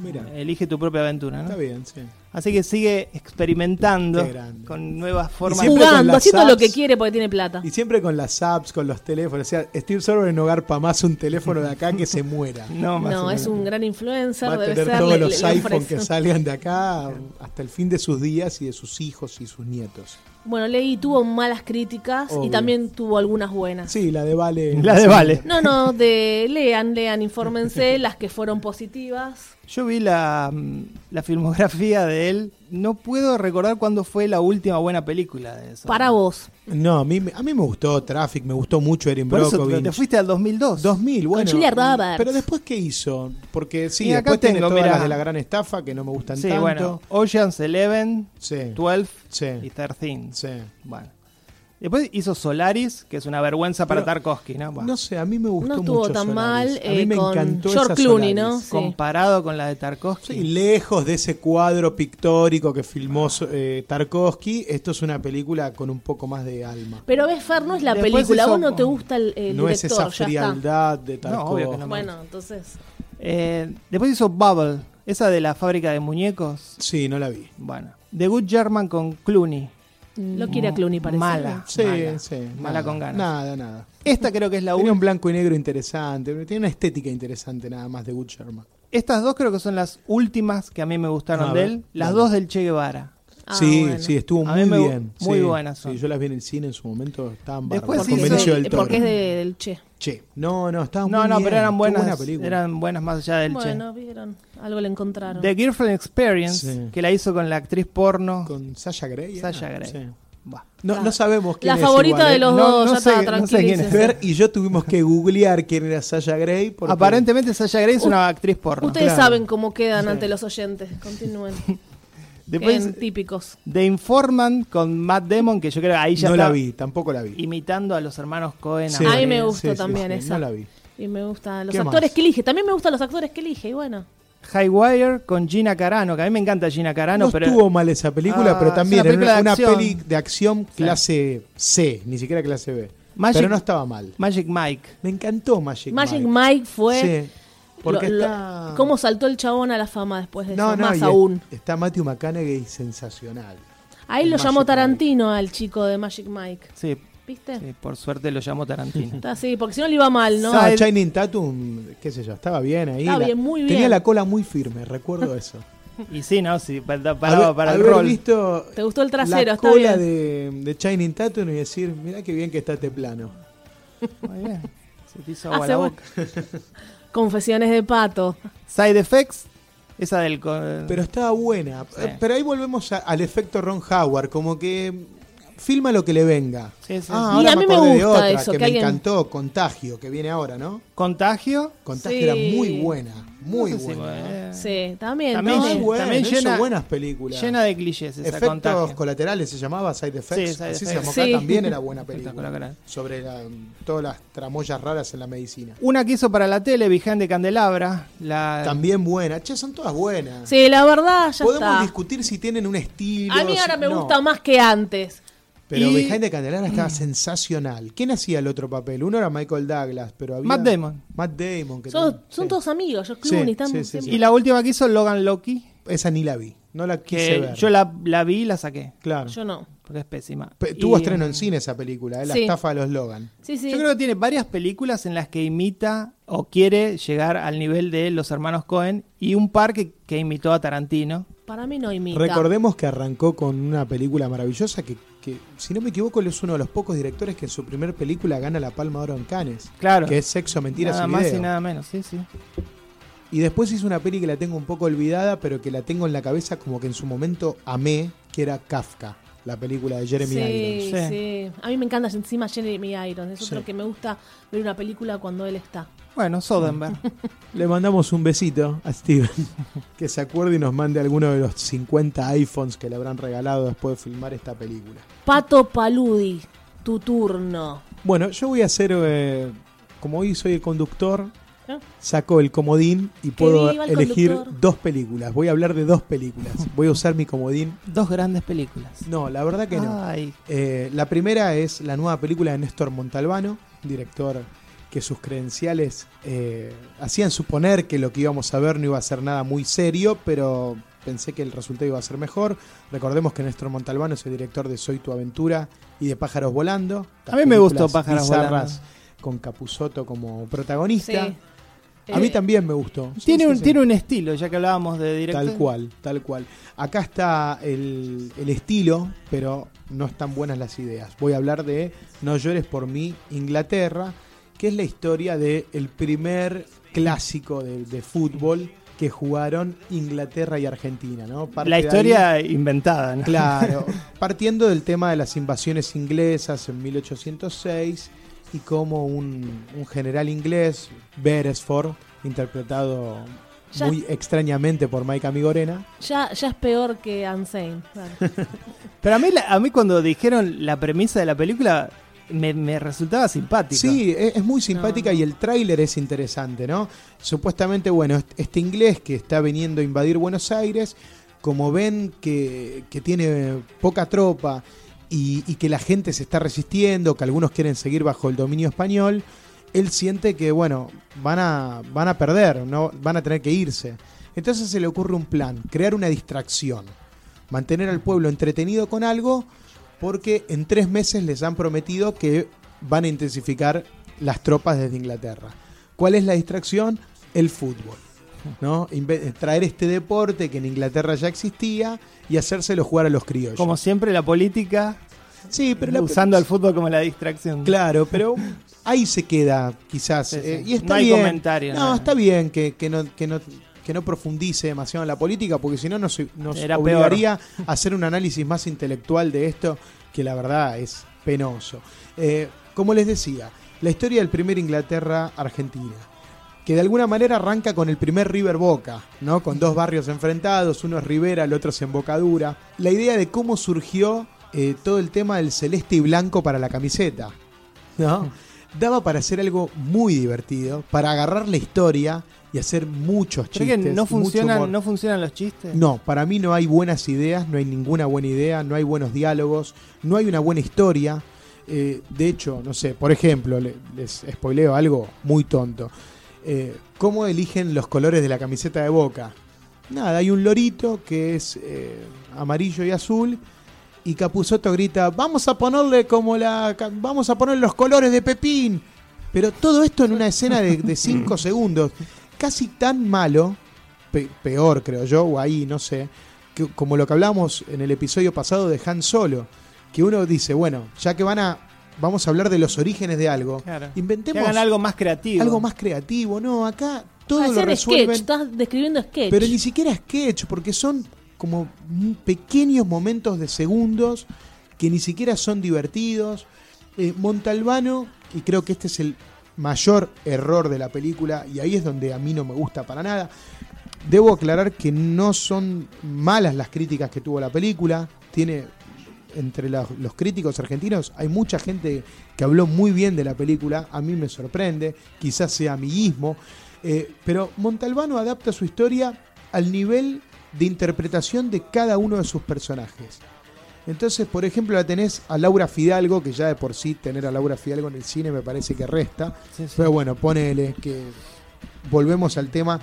Speaker 1: Mira,
Speaker 3: Elige tu propia aventura,
Speaker 1: está
Speaker 3: ¿no?
Speaker 1: bien, sí.
Speaker 3: Así que sigue experimentando
Speaker 1: Qué grande.
Speaker 3: con nuevas formas.
Speaker 1: siempre con
Speaker 2: Jugando,
Speaker 1: las
Speaker 2: haciendo lo
Speaker 1: apps.
Speaker 2: que quiere porque tiene plata.
Speaker 1: Y siempre con las apps, con los teléfonos. O sea, Steve Soderbergh no garpa más un teléfono de acá que se muera.
Speaker 3: No, más o
Speaker 2: No,
Speaker 3: menos.
Speaker 2: es un gran
Speaker 1: Va
Speaker 2: influencer,
Speaker 1: a
Speaker 2: debe
Speaker 1: tener
Speaker 2: ser.
Speaker 1: todos
Speaker 2: le- le-
Speaker 1: los
Speaker 2: le
Speaker 1: iPhone
Speaker 2: ofrece.
Speaker 1: que salgan de acá hasta el fin de sus días y de sus hijos y sus nietos.
Speaker 2: Bueno, Leí tuvo malas críticas
Speaker 1: Obvio.
Speaker 2: y también tuvo algunas buenas.
Speaker 1: Sí, la de Vale.
Speaker 3: La de Vale.
Speaker 2: No, no, de lean, lean, infórmense las que fueron positivas.
Speaker 3: Yo vi la, mm, la filmografía de él. No puedo recordar cuándo fue la última buena película de eso.
Speaker 2: Para vos.
Speaker 1: No, a mí, me- a mí me gustó Traffic, me gustó mucho Erin
Speaker 3: Por eso te,
Speaker 1: Brockovich.
Speaker 3: te fuiste al 2002.
Speaker 1: 2000, bueno.
Speaker 2: Julia Roberts.
Speaker 1: Pero después, ¿qué hizo? Porque sí,
Speaker 3: Y acá
Speaker 1: después tiene
Speaker 3: tengo,
Speaker 1: todas
Speaker 3: mirá.
Speaker 1: las de la gran estafa que no me gustan
Speaker 3: sí,
Speaker 1: tanto.
Speaker 3: bueno. Ocean's Eleven,
Speaker 1: Sí,
Speaker 3: 12
Speaker 1: Sí.
Speaker 3: y 13.
Speaker 1: sí.
Speaker 3: Bueno. Después hizo Solaris, que es una vergüenza para
Speaker 1: Pero-
Speaker 3: Tarkovsky, ¿no? Bueno,
Speaker 1: No sé, a mí me gustó
Speaker 2: No estuvo
Speaker 1: mucho
Speaker 2: tan
Speaker 1: Solaris.
Speaker 2: mal,
Speaker 1: A mí
Speaker 2: eh,
Speaker 1: me
Speaker 2: con
Speaker 1: encantó
Speaker 2: George
Speaker 1: esa
Speaker 2: Clooney,
Speaker 1: Solaris.
Speaker 2: ¿no? Sí.
Speaker 3: Comparado con la de Tarkovsky.
Speaker 1: Sí, lejos de ese cuadro pictórico que filmó eh, Tarkovsky, esto es una película con un poco más de alma.
Speaker 2: Pero ves, Fer, no es la
Speaker 3: Después
Speaker 2: película. A
Speaker 3: eso-
Speaker 2: vos no te gusta el, el
Speaker 1: no es
Speaker 2: director,
Speaker 1: esa
Speaker 2: ya está.
Speaker 1: frialdad de
Speaker 3: No, obvio
Speaker 1: Tarkovsky.
Speaker 3: que no.
Speaker 2: Bueno, entonces.
Speaker 3: Eh, después hizo Bubble, esa de la fábrica de muñecos.
Speaker 1: Sí, no la vi.
Speaker 3: Bueno. The Good German con Clooney.
Speaker 2: Lo quiere a Clooney, parece.
Speaker 3: Mm, Mala.
Speaker 1: Sí,
Speaker 3: mala,
Speaker 1: sí.
Speaker 3: Mala
Speaker 1: nada,
Speaker 3: con ganas.
Speaker 1: Nada, nada.
Speaker 3: Esta creo que es la
Speaker 1: Tiene
Speaker 3: única.
Speaker 1: un blanco y negro interesante, pero tiene una estética interesante nada más de Good Sherman.
Speaker 3: Estas dos creo que son las últimas que a mí me gustaron
Speaker 1: A
Speaker 3: de
Speaker 1: ver,
Speaker 3: él. Las
Speaker 1: dale.
Speaker 3: dos del Che Guevara.
Speaker 2: Ah,
Speaker 1: sí,
Speaker 2: bueno.
Speaker 1: sí, estuvo
Speaker 3: A mí
Speaker 1: muy
Speaker 3: me gu-
Speaker 1: bien.
Speaker 3: muy
Speaker 1: sí,
Speaker 3: buenas son.
Speaker 1: Sí, yo las vi en el cine en su momento, estaban
Speaker 3: Después
Speaker 1: bárbaras.
Speaker 3: sí,
Speaker 1: Con
Speaker 2: Porque,
Speaker 3: hizo-
Speaker 1: Benicio
Speaker 2: soy-
Speaker 1: del Toro.
Speaker 2: porque es de- del Che.
Speaker 1: Che, no, no, estaban
Speaker 3: No,
Speaker 1: Ah, muy
Speaker 3: no,
Speaker 1: bien.
Speaker 3: pero eran
Speaker 1: Qué
Speaker 3: buenas.
Speaker 1: buena película.
Speaker 3: eran buenas más allá del
Speaker 2: Bueno, vieron. Algo le encontraron.
Speaker 3: Che. The Girlfriend Experience,
Speaker 1: Sí.
Speaker 3: que la hizo con la actriz porno.
Speaker 1: Con Sasha Grey. ¿era?
Speaker 3: Sasha Grey.
Speaker 1: Sí.
Speaker 3: va.
Speaker 1: No, no sabemos quién
Speaker 2: La
Speaker 1: es
Speaker 2: favorita
Speaker 1: igual, ¿eh?
Speaker 2: de los
Speaker 3: No,
Speaker 2: dos,
Speaker 3: no
Speaker 2: ya
Speaker 3: sé-
Speaker 2: está,
Speaker 3: no sé quién es.
Speaker 2: tranquilice.
Speaker 1: Fer y yo tuvimos que googlear quién era Sasha Grey. Porque...
Speaker 3: Aparentemente Sasha Grey es
Speaker 2: U-
Speaker 3: una actriz porno.
Speaker 1: Usted-
Speaker 2: Ustedes
Speaker 1: Claro.
Speaker 2: saben cómo quedan ante los oyentes. Continúen.
Speaker 3: Después
Speaker 2: Queden típicos.
Speaker 3: de Informan con Matt Damon, que yo creo que ahí ya
Speaker 1: No
Speaker 3: está
Speaker 1: la vi, tampoco la vi.
Speaker 3: imitando a los hermanos Cohen.
Speaker 1: Sí,
Speaker 2: a mí me
Speaker 1: sí,
Speaker 2: gustó
Speaker 1: sí,
Speaker 2: también
Speaker 1: sí,
Speaker 2: esa.
Speaker 1: No la vi.
Speaker 2: Y me gustan los
Speaker 1: ¿Qué más?
Speaker 2: actores que elige. También me gustan los actores que elige. Y bueno,
Speaker 3: Highwire con Gina Carano, que a mí me encanta Gina Carano,
Speaker 1: no
Speaker 3: Ah, pero
Speaker 1: estuvo mal esa película,
Speaker 3: Ah,
Speaker 1: pero
Speaker 3: es
Speaker 1: también
Speaker 3: una
Speaker 1: era una,
Speaker 3: película de
Speaker 1: una peli
Speaker 3: acción.
Speaker 1: de acción clase C, ni siquiera clase B.
Speaker 3: Magic-
Speaker 1: Pero no estaba mal.
Speaker 3: Magic Mike.
Speaker 1: Me encantó Magic,
Speaker 2: Magic
Speaker 1: Mike.
Speaker 2: Mike fue.
Speaker 1: Sí, porque
Speaker 2: lo- lo-
Speaker 1: está...
Speaker 2: ¿Cómo saltó el chabón a la fama después de
Speaker 1: No,
Speaker 2: eso?
Speaker 1: no, y
Speaker 2: Más
Speaker 1: es-
Speaker 2: aún.
Speaker 1: Está Matthew McConaughey sensacional.
Speaker 2: Ahí lo
Speaker 1: Magic
Speaker 2: llamó
Speaker 1: Mike.
Speaker 2: Tarantino al chico de Magic Mike.
Speaker 3: Sí,
Speaker 2: ¿Viste?
Speaker 3: sí, por suerte lo llamó Tarantino.
Speaker 2: Está así, porque si no le iba mal, ¿no?
Speaker 1: No,
Speaker 3: Side-
Speaker 1: Shining Tatum, qué sé yo, estaba bien ahí.
Speaker 2: Estaba
Speaker 1: la-
Speaker 2: bien, muy
Speaker 1: Tenía
Speaker 2: bien.
Speaker 1: la cola muy firme, recuerdo eso.
Speaker 3: y sí, no, sí, para, para-
Speaker 1: Haber-
Speaker 3: para el
Speaker 1: haber
Speaker 3: rol.
Speaker 1: visto
Speaker 2: Te gustó el trasero,
Speaker 1: la
Speaker 2: está
Speaker 1: cola
Speaker 2: bien.
Speaker 1: de, de Shining Tatum y decir, mirá qué bien que está este plano.
Speaker 3: Muy bien. Se te hizo agua
Speaker 2: Hace
Speaker 3: la
Speaker 2: bu-
Speaker 3: boca.
Speaker 2: Confesiones de pato.
Speaker 3: Side Effects, esa del. co-
Speaker 1: Pero estaba buena.
Speaker 3: Sí.
Speaker 1: Eh, Pero ahí volvemos a- al efecto Ron Howard, como que filma lo que le venga.
Speaker 3: Sí, sí,
Speaker 1: Ah,
Speaker 3: sí.
Speaker 2: Y
Speaker 1: ahora
Speaker 2: a mí me
Speaker 1: acordé de
Speaker 2: gusta
Speaker 1: otra
Speaker 2: eso,
Speaker 1: que,
Speaker 2: que
Speaker 1: me
Speaker 2: alguien-
Speaker 1: encantó, Contagio, que viene ahora, ¿no?
Speaker 3: Contagio.
Speaker 1: Contagio
Speaker 2: Sí.
Speaker 1: era muy buena, muy
Speaker 3: No sé si-
Speaker 1: buena.
Speaker 3: eh,
Speaker 2: Sí, también.
Speaker 3: También
Speaker 2: ¿no?
Speaker 1: Muy
Speaker 3: sí.
Speaker 1: buena,
Speaker 3: También
Speaker 1: hizo
Speaker 3: llena-
Speaker 1: buenas películas.
Speaker 3: Llena de clichés esa
Speaker 1: Efectos
Speaker 3: contagio.
Speaker 1: colaterales se llamaba, Side Effects.
Speaker 3: Sí, Side
Speaker 1: Así se
Speaker 3: Effects.
Speaker 1: llamó acá,
Speaker 2: Sí.
Speaker 1: también era buena
Speaker 3: Efectos
Speaker 1: película.
Speaker 3: colaterales.
Speaker 1: Sobre la- todas las tramoyas raras en la medicina.
Speaker 3: Una que hizo para la tele, Vigente Candelabra. La,
Speaker 1: También buena. Che, son todas buenas.
Speaker 2: Sí, la verdad, ya
Speaker 1: Podemos
Speaker 2: está.
Speaker 1: discutir si tienen un estilo.
Speaker 2: A mí ahora
Speaker 1: si-
Speaker 2: me
Speaker 1: no.
Speaker 2: gusta más que antes.
Speaker 1: Pero
Speaker 3: Y-
Speaker 1: Behind the Candelabra estaba sensacional. ¿Quién hacía el otro papel? Uno era Michael Douglas, pero había...
Speaker 3: Matt Damon.
Speaker 1: Matt Damon. Que
Speaker 2: Son,
Speaker 1: también-
Speaker 2: son
Speaker 1: sí.
Speaker 2: todos amigos, yo
Speaker 1: Sí,
Speaker 2: Clooney,
Speaker 1: sí,
Speaker 2: están
Speaker 1: sí,
Speaker 2: siempre-
Speaker 3: Y la última que hizo, Logan Loki.
Speaker 1: Esa ni la vi. No la quise
Speaker 3: Que
Speaker 1: ver.
Speaker 3: yo la, la vi y la saqué.
Speaker 1: Claro.
Speaker 2: Yo no.
Speaker 3: Porque es pésima.
Speaker 1: Pe-
Speaker 3: Y-
Speaker 1: Tuvo estreno en cine esa película, eh, La
Speaker 2: Sí.
Speaker 1: estafa de los Logan.
Speaker 2: Sí, sí.
Speaker 3: Yo creo que tiene varias películas en las que imita o quiere llegar al nivel de los hermanos Cohen y un par que, que imitó a Tarantino.
Speaker 2: Para mí no imita.
Speaker 1: Recordemos que arrancó con una película maravillosa que, que, si no me equivoco, él es uno de los pocos directores que en su primer película gana la Palma de Oro en Cannes.
Speaker 3: Claro.
Speaker 1: Que es Sexo, Mentiras
Speaker 3: nada
Speaker 1: y
Speaker 3: más
Speaker 1: Video.
Speaker 3: y nada menos, sí, sí.
Speaker 1: Y después hizo una peli que la tengo un poco olvidada, pero que la tengo en la cabeza como que en su momento amé, que era Kafka, la película de Jeremy Irons.
Speaker 2: sí,
Speaker 3: Irons.
Speaker 2: sí. A mí me encanta encima Jeremy Irons. Es
Speaker 1: Sí.
Speaker 2: otro que me gusta ver una película cuando él está.
Speaker 3: Bueno, Soderbergh.
Speaker 1: Le mandamos un besito a Steven, que se acuerde y nos mande alguno de los 50 iPhones que le habrán regalado después de filmar esta película.
Speaker 2: Pato Paludi, tu turno.
Speaker 1: Bueno, yo voy a hacer, eh, como hoy soy el conductor,
Speaker 2: ¿Eh?
Speaker 1: saco el comodín y puedo
Speaker 2: viva el
Speaker 1: elegir
Speaker 2: conductor.
Speaker 1: dos películas. Voy a hablar de dos películas. Voy a usar mi comodín.
Speaker 3: Dos grandes películas.
Speaker 1: No, la verdad que no.
Speaker 3: Ay,
Speaker 1: Eh, la primera es la nueva película de Néstor Montalbano, director que sus credenciales eh, hacían suponer que lo que íbamos a ver no iba a ser nada muy serio, pero pensé que el resultado iba a ser mejor. Recordemos que Néstor Montalbano es el director de Soy tu aventura y de Pájaros volando.
Speaker 3: A mí me gustó
Speaker 1: películas
Speaker 3: Pájaros
Speaker 1: bizarras
Speaker 3: Volando.
Speaker 1: Con Capuzoto como protagonista.
Speaker 2: Sí.
Speaker 1: A mí
Speaker 2: Eh,
Speaker 1: también me gustó. Sí,
Speaker 3: tiene,
Speaker 1: sí,
Speaker 3: un,
Speaker 1: sí.
Speaker 3: tiene un estilo, ya que hablábamos de director.
Speaker 1: Tal cual, tal cual. Acá está el, el estilo, pero no están buenas las ideas. Voy a hablar de No llores por mí, Inglaterra, que es la historia del el primer clásico de, de fútbol que jugaron Inglaterra y Argentina, ¿no? Parte
Speaker 3: La
Speaker 1: de ahí-
Speaker 3: historia inventada, ¿no?
Speaker 1: Claro, partiendo del tema de las invasiones inglesas en 1806 y cómo un, un general inglés, Beresford, interpretado
Speaker 2: Ya-
Speaker 1: muy extrañamente por Mike Amigorena,
Speaker 2: Ya, ya es peor que Unsane. claro.
Speaker 3: Pero a mí, la- a mí cuando dijeron la premisa de la película, me, me resultaba simpático.
Speaker 1: Sí, e, es, es muy simpática y el tráiler es interesante, ¿no? Supuestamente, bueno, est- este inglés que está viniendo a invadir Buenos Aires, como ven que, que tiene poca tropa y, y que la gente se está resistiendo, que algunos quieren seguir bajo el dominio español, él siente que, bueno, van a, van a perder, ¿no? van a tener que irse. Entonces se le ocurre un plan, crear una distracción, mantener al pueblo entretenido con algo, porque en tres meses les han prometido que van a intensificar las tropas desde Inglaterra. ¿Cuál es la distracción? El fútbol. ¿no? Inve- Traer este deporte que en Inglaterra ya existía y hacérselo jugar a los criollos.
Speaker 3: Como siempre, la política
Speaker 1: Sí, pero la-
Speaker 3: usando al fútbol como la distracción.
Speaker 1: Claro, pero ahí se queda, quizás.
Speaker 3: Sí, sí.
Speaker 1: Eh, y está
Speaker 3: No hay
Speaker 1: bien.
Speaker 3: comentario,
Speaker 1: No,
Speaker 3: no.
Speaker 1: está bien que, que no, que, no, que que no profundice demasiado en la política, porque si no nos, nos
Speaker 3: Era peor.
Speaker 1: obligaría a hacer un análisis más intelectual de esto, que la verdad es penoso. Eh, como les decía, la historia del primer Inglaterra-Argentina, que de alguna manera arranca con el primer River Boca, ¿no? Con dos barrios enfrentados, uno es Rivera, el otro es Embocadura. La idea de cómo surgió eh, todo el tema del celeste y blanco para la camiseta, ¿no? Daba para hacer algo muy divertido, para agarrar la historia y hacer muchos
Speaker 3: ¿Cree
Speaker 1: chistes.
Speaker 3: que no
Speaker 1: mucho humor.
Speaker 3: funcionan, no funcionan los chistes?
Speaker 1: No, para mí no hay buenas ideas, no hay ninguna buena idea, no hay buenos diálogos, no hay una buena historia. Eh, de hecho, no sé, por ejemplo, le- les spoileo algo muy tonto. Eh, ¿Cómo eligen los colores de la camiseta de Boca? Nada, hay un lorito que es eh, amarillo y azul y Capuzotto grita, vamos a ponerle como la... ca- vamos a poner los colores de Pepín. Pero todo esto en una escena de 5 segundos, casi tan malo pe- peor, creo yo, o ahí, no sé, que- como lo que hablamos en el episodio pasado de Han Solo, que uno dice, bueno, ya que van a, vamos a hablar de los orígenes de algo,
Speaker 3: Claro. Que
Speaker 1: inventemos
Speaker 3: hagan
Speaker 1: algo,
Speaker 3: algo más creativo.
Speaker 1: más creativo, no, acá todo lo
Speaker 2: Hacer sketch,
Speaker 1: resuelven,
Speaker 2: estás describiendo sketch.
Speaker 1: pero ni siquiera sketch, porque son como m- pequeños momentos de segundos que ni siquiera son divertidos. Eh, Montalbano, y creo que este es el mayor error de la película, y ahí es donde a mí no me gusta para nada, Debo aclarar que no son malas las críticas que tuvo la película. Tiene entre la- los críticos argentinos hay mucha gente que habló muy bien de la película. A mí me sorprende, quizás sea amiguismo. Eh, pero Montalbano adapta su historia al nivel de interpretación de cada uno de sus personajes. Entonces, por ejemplo, la tenés a Laura Fidalgo, que ya de por sí tener a Laura Fidalgo en el cine me parece que resta.
Speaker 3: Sí, sí.
Speaker 1: Pero bueno, ponele que volvemos al tema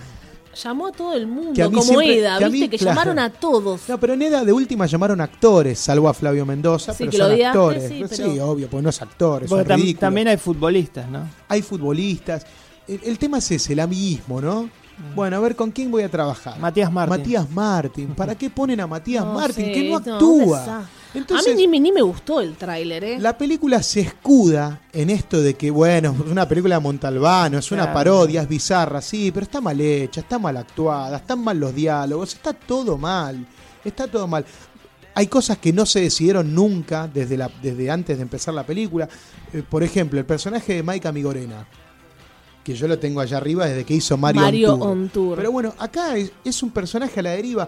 Speaker 2: Llamó a todo el mundo,
Speaker 1: Que a mí
Speaker 2: como
Speaker 1: siempre-
Speaker 2: Eda,
Speaker 1: que a
Speaker 2: viste,
Speaker 1: mí,
Speaker 2: que
Speaker 1: claro.
Speaker 2: llamaron a todos.
Speaker 1: No, pero en EDA de última llamaron actores, salvo a Flavio Mendoza,
Speaker 2: Sí,
Speaker 1: pero
Speaker 2: que lo
Speaker 1: son
Speaker 2: odiaste,
Speaker 1: actores.
Speaker 2: sí,
Speaker 1: No,
Speaker 2: pero-
Speaker 1: sí, obvio, porque no es actores,
Speaker 3: Porque
Speaker 1: son
Speaker 3: tam-
Speaker 1: ridículos.
Speaker 3: también hay futbolistas, ¿no?
Speaker 1: Hay futbolistas. El, el tema es ese, el amiguismo, ¿no?
Speaker 2: Mm.
Speaker 1: Bueno, a ver, ¿con quién voy a trabajar?
Speaker 3: Matías Martín.
Speaker 1: Matías Martín. ¿Para qué ponen a Matías
Speaker 2: No
Speaker 1: Martín?
Speaker 2: sé,
Speaker 1: que no
Speaker 2: no,
Speaker 1: actúa.
Speaker 2: desastre.
Speaker 1: Entonces,
Speaker 2: a mí ni, me- ni me gustó el tráiler, ¿eh?
Speaker 1: la película se escuda en esto de que, bueno, es una película de Montalbano, es una
Speaker 3: Claro.
Speaker 1: parodia, es bizarra, sí, pero está mal hecha, está mal actuada, están mal los diálogos, está todo mal, está todo mal. Hay cosas que no se decidieron nunca desde, la, desde antes de empezar la película. Eh, por ejemplo, el personaje de Maika Migorena, que yo lo tengo allá arriba desde que hizo Mario,
Speaker 2: Mario
Speaker 1: on Tour.
Speaker 2: on Tour.
Speaker 1: Pero bueno, acá es, es un personaje a la deriva.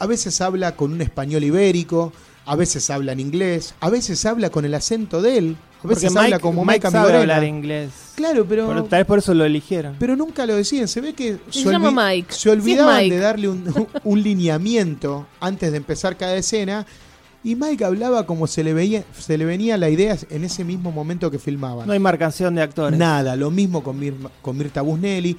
Speaker 1: A veces habla con un español ibérico, a veces habla en inglés, a veces habla con el acento de él, a
Speaker 3: Porque
Speaker 1: veces
Speaker 3: Mike,
Speaker 1: habla como
Speaker 3: Mike
Speaker 1: Maika
Speaker 3: sabe
Speaker 1: Migorena.
Speaker 3: hablar inglés.
Speaker 1: Claro, pero,
Speaker 3: Por- tal vez por eso lo eligieron.
Speaker 1: pero nunca lo deciden. Se ve que
Speaker 2: Se llama
Speaker 1: olvi-
Speaker 2: Mike.
Speaker 1: se
Speaker 2: Sí, es
Speaker 1: olvidaban
Speaker 2: Mike.
Speaker 1: de darle un, un lineamiento antes de empezar cada escena. Y Mike hablaba como se le, veía, se le venía la idea en ese mismo momento que filmaban.
Speaker 3: no hay marcación de actores.
Speaker 1: Nada, lo mismo con, Mir- con Mirta Busnelli.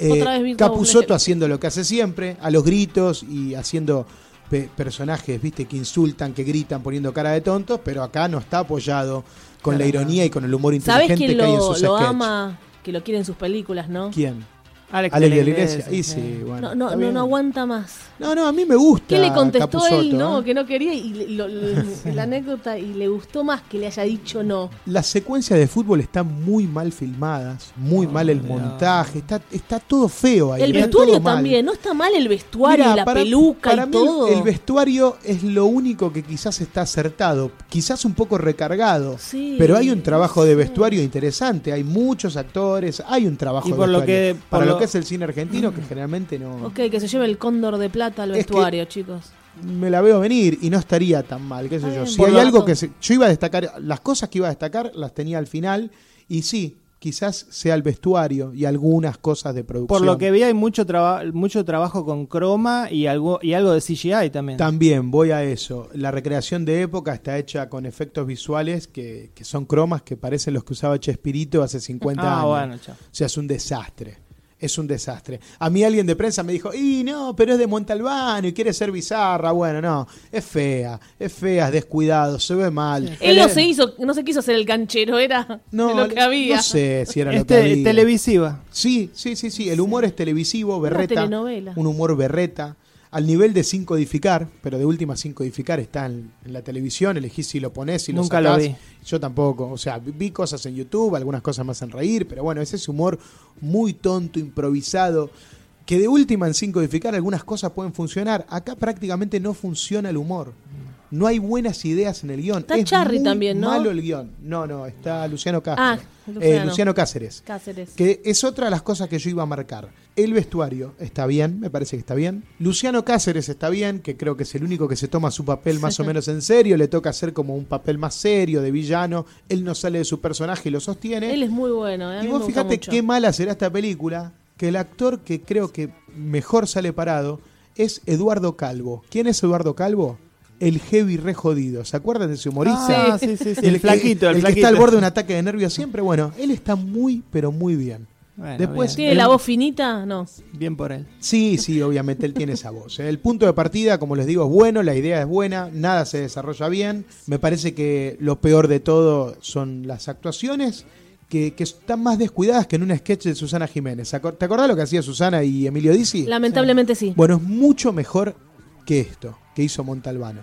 Speaker 1: Eh,
Speaker 2: Otra vez Mirta
Speaker 1: Capusotto
Speaker 2: Busnelli.
Speaker 1: haciendo lo que hace siempre, a los gritos y haciendo pe- personajes, viste, que insultan, que gritan, poniendo cara de tontos, pero acá no está apoyado con la
Speaker 3: Claro.
Speaker 1: ironía y con el humor
Speaker 2: ¿Sabés
Speaker 1: inteligente
Speaker 2: quién
Speaker 1: que hay en
Speaker 2: lo,
Speaker 1: sus
Speaker 2: lo
Speaker 1: sketches.
Speaker 2: ama? Que lo quiere en sus películas, ¿no?
Speaker 1: ¿Quién?
Speaker 3: Alex,
Speaker 1: Alex
Speaker 3: de la Iglesia,
Speaker 1: Y sí, bueno,
Speaker 2: no, no,
Speaker 1: está
Speaker 2: no,
Speaker 1: bien.
Speaker 2: no aguanta más.
Speaker 1: No, no, a mí me gusta.
Speaker 2: ¿Qué le contestó él?
Speaker 1: Capusotto,
Speaker 2: No,
Speaker 1: ¿eh?
Speaker 2: que no quería. Y le- lo- lo- la anécdota, y le gustó más que le haya dicho no.
Speaker 1: Las secuencias de fútbol están muy mal filmadas, muy mal el
Speaker 3: no.
Speaker 1: montaje, está, está todo feo ahí.
Speaker 2: el
Speaker 1: está
Speaker 2: vestuario
Speaker 1: todo mal.
Speaker 2: también. No está mal el vestuario,
Speaker 1: Mirá,
Speaker 2: y la
Speaker 1: para-
Speaker 2: peluca
Speaker 1: para
Speaker 2: y
Speaker 1: mí
Speaker 2: todo.
Speaker 1: El vestuario es lo único que quizás está acertado, quizás un poco recargado,
Speaker 2: Sí,
Speaker 1: pero hay un trabajo de
Speaker 2: sí.
Speaker 1: vestuario interesante, hay muchos actores, hay un trabajo
Speaker 3: Y
Speaker 1: de
Speaker 3: por lo
Speaker 1: vestuario.
Speaker 3: que- por
Speaker 1: para lo...
Speaker 3: lo-
Speaker 1: que es el cine argentino, que generalmente no
Speaker 2: Ok, que se lleve el cóndor de plata al
Speaker 1: Es que-
Speaker 2: vestuario, chicos.
Speaker 1: me la veo venir y no estaría tan mal, qué sé
Speaker 2: Está
Speaker 1: yo.
Speaker 2: bien.
Speaker 1: Si
Speaker 2: Por
Speaker 1: hay
Speaker 2: lo
Speaker 1: algo
Speaker 2: tanto-
Speaker 1: que se- yo iba a destacar, las cosas que iba a destacar las tenía al final y sí, quizás sea el vestuario y algunas cosas de producción.
Speaker 3: Por lo que vi hay mucho, traba- mucho trabajo con croma y algo, y algo de CGI también.
Speaker 1: También voy a eso. La recreación de época está hecha con efectos visuales que, que son cromas que parecen los que usaba Chespirito hace 50
Speaker 3: Ah,
Speaker 1: años.
Speaker 3: bueno, chao.
Speaker 1: O sea, es un desastre. Es un desastre. A mí alguien de prensa me dijo, y no, pero es de Montalbano y quiere ser bizarra. Bueno, no, es fea, es fea, es descuidado, se ve mal.
Speaker 2: Él no se hizo, no se quiso hacer el canchero, era
Speaker 1: No,
Speaker 2: de lo que había.
Speaker 1: no sé si era lo que
Speaker 3: Este,
Speaker 1: había.
Speaker 3: televisiva.
Speaker 1: Sí, sí, sí, sí. El humor es televisivo, berreta.
Speaker 2: telenovela.
Speaker 1: Un humor berreta. Al nivel de sin codificar, pero de última sin codificar está en, en la televisión, elegís si lo pones y lo
Speaker 3: Nunca lo
Speaker 1: sacás.
Speaker 3: vi.
Speaker 1: Yo tampoco. O sea, vi- vi cosas en YouTube, algunas cosas más en reír, pero bueno, ese es humor muy tonto, improvisado, Que de última en sin codificar algunas cosas pueden funcionar. Acá prácticamente no funciona el humor. No hay buenas ideas en el guión.
Speaker 2: Está
Speaker 1: es
Speaker 2: Charry
Speaker 1: muy
Speaker 2: también, ¿no?
Speaker 1: malo el guión. No, no, está Luciano Castro.
Speaker 2: Ah,
Speaker 1: Eh,
Speaker 2: Luciano.
Speaker 1: Luciano Cáceres.
Speaker 2: Cáceres.
Speaker 1: Que es otra de las cosas que yo iba a marcar. El vestuario está bien, me parece que está bien. Luciano Cáceres está bien, que creo que es el único que se toma su papel más o menos en serio. Le toca hacer como un papel más serio de villano. Él no sale de su personaje y lo sostiene.
Speaker 2: Él es muy bueno. eh, a
Speaker 1: Y
Speaker 2: mí
Speaker 1: vos
Speaker 2: me gusta
Speaker 1: fíjate
Speaker 2: mucho.
Speaker 1: qué mala será esta película, que el actor que creo que mejor sale parado es Eduardo Calvo. ¿Quién es Eduardo Calvo? El heavy re jodido. ¿Se acuerdan de ese humorista?
Speaker 3: Ah, sí, sí, sí,
Speaker 1: que-
Speaker 3: el flaquito,
Speaker 1: el
Speaker 3: el,
Speaker 1: que
Speaker 3: flaquito.
Speaker 1: está al borde de un ataque de nervios siempre. Bueno, él está muy, pero muy bien.
Speaker 3: Bueno,
Speaker 1: Después-
Speaker 3: bien,
Speaker 2: ¿Tiene la
Speaker 1: él-
Speaker 2: voz finita? No.
Speaker 3: bien por él.
Speaker 1: Sí, sí, obviamente él tiene esa voz. ¿eh? El punto de partida, como les digo, es bueno, la idea es buena, nada se desarrolla bien. Me parece que lo peor de todo son las actuaciones, que, que están más descuidadas que en un sketch de Susana Jiménez. Aco- ¿Te acordás lo que hacía Susana y Emilio Dizzi?
Speaker 2: Lamentablemente sí.
Speaker 1: Bueno, es mucho mejor que esto, que hizo Montalbano.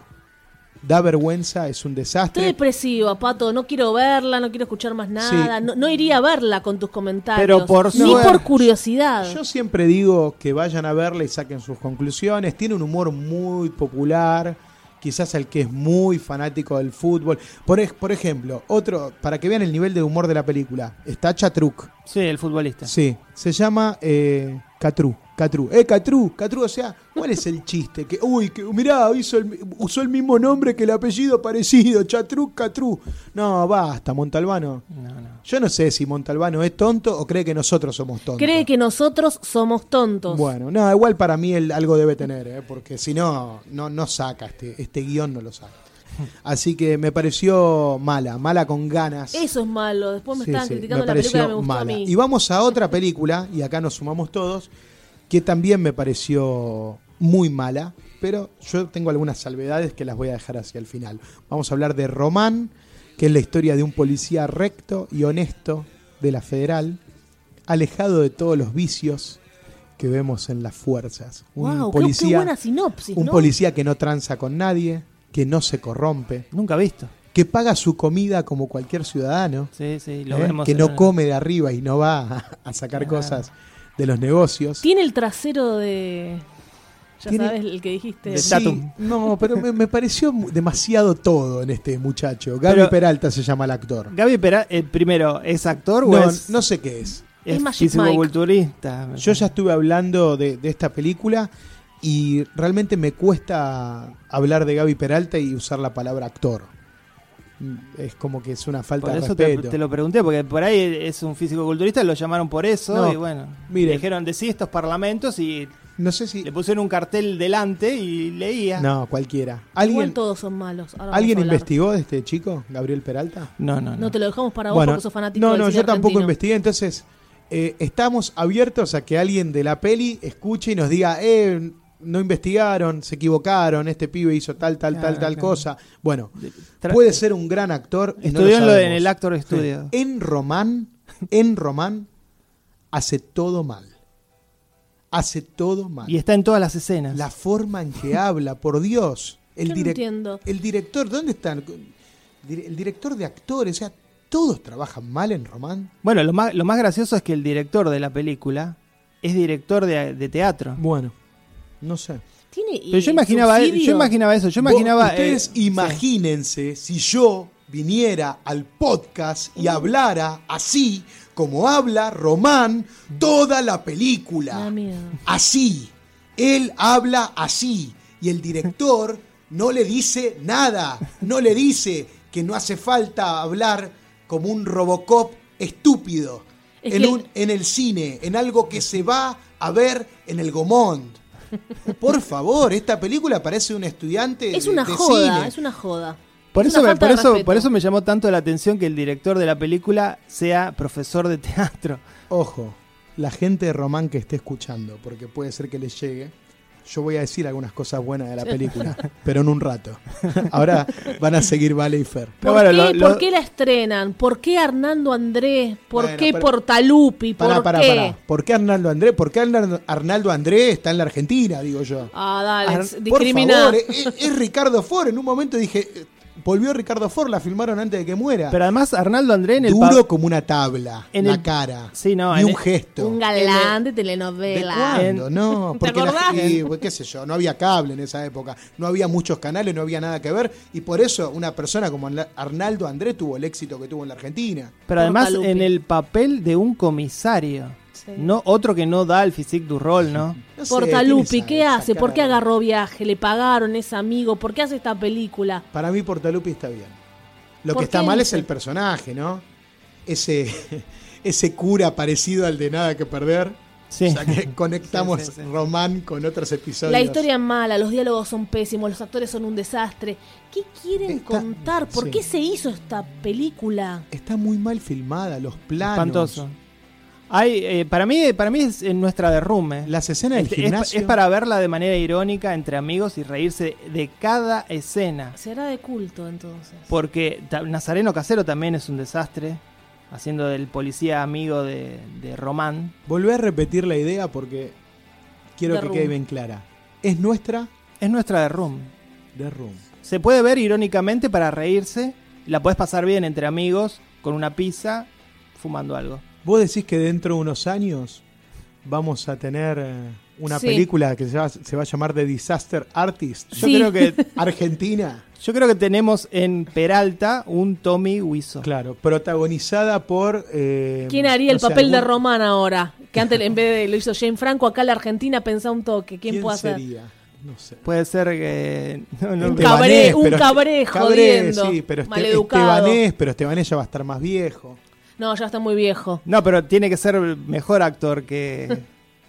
Speaker 1: Da vergüenza, es un
Speaker 2: Estoy
Speaker 1: desastre.
Speaker 2: depresiva, Pato. No quiero verla, no quiero escuchar más nada.
Speaker 1: Sí.
Speaker 2: No, no iría a verla con tus comentarios.
Speaker 3: Pero por
Speaker 2: Ni
Speaker 3: suerte-
Speaker 2: por curiosidad.
Speaker 1: Yo siempre digo que vayan a verla y saquen sus conclusiones. Tiene un humor muy popular. Quizás el que es muy fanático del fútbol. Por, ej- por ejemplo, otro, para que vean el nivel de humor de la película, está Chatruc.
Speaker 3: Sí, el futbolista.
Speaker 1: Sí, se llama eh, Catru. Catru. Eh, Catru, Catru, o sea, ¿cuál es el chiste? Que, uy, que, mirá, hizo el mi- usó el mismo nombre que el apellido parecido, Chatru, Catru. No, basta, Montalbano.
Speaker 3: No, no.
Speaker 1: Yo no sé si Montalbano es tonto o cree que nosotros somos tontos.
Speaker 2: Cree que nosotros somos tontos.
Speaker 1: Bueno, no, igual para mí él algo debe tener, ¿eh? porque si no, no, no saca este, este guión, no lo saca. Así que me pareció mala, mala con ganas.
Speaker 2: Eso es malo. Después me
Speaker 1: Sí,
Speaker 2: estaban
Speaker 1: sí,
Speaker 2: criticando
Speaker 1: me
Speaker 2: la película
Speaker 1: pareció
Speaker 2: que me gustó a
Speaker 1: mala.
Speaker 2: mí.
Speaker 1: Y vamos a otra película, y acá nos sumamos todos, que también me pareció muy mala, pero yo tengo algunas salvedades que las voy a dejar hacia el final. Vamos a hablar de Román, que es la historia de un policía recto y honesto de la Federal, alejado de todos los vicios que vemos en las fuerzas. Un
Speaker 2: Guau, qué-
Speaker 1: policía,
Speaker 2: qué buena sinopsis,
Speaker 1: un
Speaker 2: ¿no?
Speaker 1: policía que no tranza con nadie, que no se corrompe,
Speaker 3: Nunca visto.
Speaker 1: que paga su comida como cualquier ciudadano.
Speaker 3: Sí, sí, lo
Speaker 1: ¿eh?
Speaker 3: vemos.
Speaker 1: que
Speaker 3: en
Speaker 1: no
Speaker 3: el-
Speaker 1: come de arriba y no va a, a sacar cosas de los negocios.
Speaker 2: Tiene el trasero de. Ya
Speaker 1: Tiene-
Speaker 2: sabes el que dijiste.
Speaker 3: De Tatum.
Speaker 1: no, pero me, me pareció mu- demasiado todo en este muchacho. Gaby
Speaker 3: Pero-
Speaker 1: Peralta se llama el actor.
Speaker 3: Gaby Pera, eh, primero, ¿es actor o
Speaker 1: No,
Speaker 3: es,
Speaker 1: no sé qué es.
Speaker 3: es
Speaker 2: Es Magic
Speaker 3: fisicoculturista?
Speaker 1: Yo ya estuve hablando de, de esta película y realmente me cuesta hablar de Gaby Peralta y usar la palabra actor. Mm, Es como que es una falta
Speaker 3: Por
Speaker 1: de
Speaker 3: eso te,
Speaker 1: respeto.
Speaker 3: te lo pregunté, porque por ahí es un fisicoculturista, lo llamaron por eso
Speaker 1: No,
Speaker 3: y bueno,
Speaker 1: miren.
Speaker 3: dijeron de sí estos parlamentos y
Speaker 1: No sé si.
Speaker 3: le pusieron un cartel delante y leía.
Speaker 1: No, cualquiera.
Speaker 2: Igual
Speaker 1: ¿Alguien,
Speaker 2: todos son malos. Ahora vamos
Speaker 1: ¿alguien
Speaker 2: a hablar.
Speaker 1: investigó de este chico, Gabriel Peralta?
Speaker 3: no, no.
Speaker 2: No te lo dejamos para vos
Speaker 1: Bueno,
Speaker 2: porque sos fanático
Speaker 1: No,
Speaker 2: del
Speaker 1: no,
Speaker 2: cine
Speaker 1: yo tampoco
Speaker 2: argentino.
Speaker 1: investigué, entonces eh, estamos abiertos a que alguien de la peli escuche y nos diga, eh, no investigaron, se equivocaron, este pibe hizo tal, tal,
Speaker 3: Claro,
Speaker 1: tal, tal
Speaker 3: claro.
Speaker 1: cosa. Bueno,
Speaker 3: Tra-
Speaker 1: puede ser un gran actor. y no lo
Speaker 3: Estudió en, lo- en
Speaker 1: sabemos.
Speaker 3: el Actor Studio.
Speaker 1: En Román, en Román, hace todo mal. Hace todo mal.
Speaker 3: Y está en todas las escenas.
Speaker 1: La forma en que habla, por Dios. El,
Speaker 2: Yo no
Speaker 1: direc-
Speaker 2: entiendo.
Speaker 1: el director, ¿dónde están? Dire- El director de actores, o sea, todos trabajan mal en Román.
Speaker 3: Bueno, lo más, lo más gracioso es que el director de la película es director de, de teatro.
Speaker 1: Bueno, no sé.
Speaker 2: Tiene,
Speaker 3: Pero yo
Speaker 2: eh,
Speaker 3: imaginaba,
Speaker 2: subsidio.
Speaker 3: yo imaginaba eso, yo imaginaba...
Speaker 1: Ustedes
Speaker 3: eh, sí.
Speaker 1: imagínense si yo viniera al podcast y hablara así como habla Román toda la
Speaker 2: Me da
Speaker 1: película.
Speaker 2: miedo.
Speaker 3: Ah,
Speaker 1: Así. Él habla así. Y el director no le dice nada. No le dice que no hace falta hablar como un Robocop estúpido.
Speaker 2: Es
Speaker 1: en,
Speaker 2: que-
Speaker 1: un- en el cine, en algo que se va a ver en el Gomont. Por favor, esta película parece un estudiante
Speaker 2: Es
Speaker 1: de-
Speaker 2: una
Speaker 1: de
Speaker 2: joda,
Speaker 1: cine.
Speaker 2: es una joda.
Speaker 3: Por
Speaker 2: Es
Speaker 3: eso,
Speaker 2: una
Speaker 3: me,
Speaker 2: falta
Speaker 3: por,
Speaker 2: de
Speaker 3: eso,
Speaker 2: respeto.
Speaker 3: por eso me llamó tanto la atención que el director de la película sea profesor de teatro.
Speaker 1: Ojo, la gente de Román que esté escuchando, porque puede ser que les llegue. Yo voy a decir algunas cosas buenas de la película, pero en un rato. Ahora van a seguir Vale y Fer.
Speaker 3: Pero
Speaker 2: ¿Por,
Speaker 3: bueno,
Speaker 2: qué,
Speaker 3: lo- lo-
Speaker 2: por qué la estrenan? ¿Por qué Hernando Andrés? ¿Por
Speaker 1: Bueno,
Speaker 2: qué
Speaker 1: pero-
Speaker 2: Portalupi? ¿Por
Speaker 1: Pará, pará,
Speaker 2: qué?
Speaker 1: pará. ¿Por qué Arnaldo Andrés? ¿Por qué Arnaldo, Arnaldo Andrés está en la Argentina, digo yo?
Speaker 2: Ah, dale,
Speaker 1: Ar-
Speaker 2: discrimina.
Speaker 1: Por favor, es, es Ricardo Ford. En un momento dije, eh, Volvió Ricardo Ford, la filmaron antes de que muera.
Speaker 3: Pero además Arnaldo André en el pa-
Speaker 1: Duro como una tabla,
Speaker 3: en
Speaker 1: la
Speaker 3: el-
Speaker 1: cara.
Speaker 3: Sí, no,
Speaker 1: y
Speaker 3: en
Speaker 1: un
Speaker 3: el-
Speaker 1: gesto.
Speaker 2: Un galán de telenovela.
Speaker 1: ¿De cuándo?
Speaker 3: En-
Speaker 1: No,
Speaker 2: ¿Te
Speaker 1: porque la-
Speaker 2: acordás?
Speaker 1: y, pues, qué sé yo, no había cable en esa época, no había muchos canales, no había nada que ver y por eso una persona como Arla- Arnaldo André tuvo el éxito que tuvo en la Argentina.
Speaker 3: Pero además
Speaker 2: Portalupi.
Speaker 3: en el papel de un comisario.
Speaker 2: Sí.
Speaker 3: No, otro que no da el physique du rol, ¿no?
Speaker 1: No sé, tiene
Speaker 2: Portalupi,
Speaker 1: esa-
Speaker 2: ¿qué
Speaker 1: esa
Speaker 2: hace? ¿Por
Speaker 1: cara.
Speaker 2: qué agarró viaje? ¿Le pagaron? ¿Es amigo? ¿Por qué hace esta película?
Speaker 1: Para mí Portalupi está bien. Lo
Speaker 2: ¿Por
Speaker 1: que está
Speaker 2: qué
Speaker 1: mal es
Speaker 2: dice?
Speaker 1: el personaje, ¿no? Ese ese cura parecido al de nada que perder.
Speaker 3: Sí.
Speaker 1: O sea que conectamos
Speaker 3: Sí, sí, sí.
Speaker 1: Román con otros episodios.
Speaker 2: La historia es mala, los diálogos son pésimos, los actores son un desastre. ¿Qué quieren
Speaker 1: Está-
Speaker 2: contar? ¿Por
Speaker 1: sí.
Speaker 2: qué se hizo esta película?
Speaker 1: está muy mal filmada, los planos.
Speaker 3: Espantoso. Hay, eh, para mí, para mí es en nuestra derrumbe.
Speaker 1: Las escenas del
Speaker 3: Este, es,
Speaker 1: gimnasio.
Speaker 3: es para verla de manera irónica entre amigos y reírse de cada escena.
Speaker 2: Será de culto entonces.
Speaker 1: Pues,
Speaker 3: Porque ta- Nazareno Casero también es un desastre, haciendo del policía amigo de, de Román.
Speaker 1: Volví a repetir la idea porque quiero
Speaker 2: The
Speaker 1: que
Speaker 2: Room.
Speaker 1: quede bien clara. Es nuestra
Speaker 3: Es nuestra derrumbe.
Speaker 1: The Room.
Speaker 3: Se puede ver irónicamente para reírse. La puedes pasar bien entre amigos, con una pizza, fumando algo.
Speaker 1: ¿Vos decís que dentro de unos años vamos a tener eh, una
Speaker 2: Sí.
Speaker 1: película que se va, se va a llamar The Disaster Artist?
Speaker 3: Yo
Speaker 2: Sí.
Speaker 3: creo que
Speaker 1: Argentina,
Speaker 3: yo creo que tenemos en Peralta un Tommy Wiseau.
Speaker 1: claro, protagonizada por... eh,
Speaker 2: ¿Quién haría el
Speaker 1: no sé,
Speaker 2: papel de
Speaker 1: algún-
Speaker 2: Román ahora? Que antes en vez de lo hizo Jane Franco, acá en la Argentina pensá un toque. ¿Quién,
Speaker 1: ¿Quién
Speaker 2: puede hacer?
Speaker 1: sería? No sé.
Speaker 3: Puede ser que no, no-
Speaker 2: Un
Speaker 1: Estebanés,
Speaker 2: cabré, un
Speaker 1: pero-
Speaker 2: cabré jodiendo,
Speaker 1: sí, pero este,
Speaker 2: maleducado.
Speaker 1: Estebanés, pero Estebanés ya va a estar más viejo.
Speaker 2: No, ya está muy viejo.
Speaker 3: No, pero tiene que ser mejor actor que,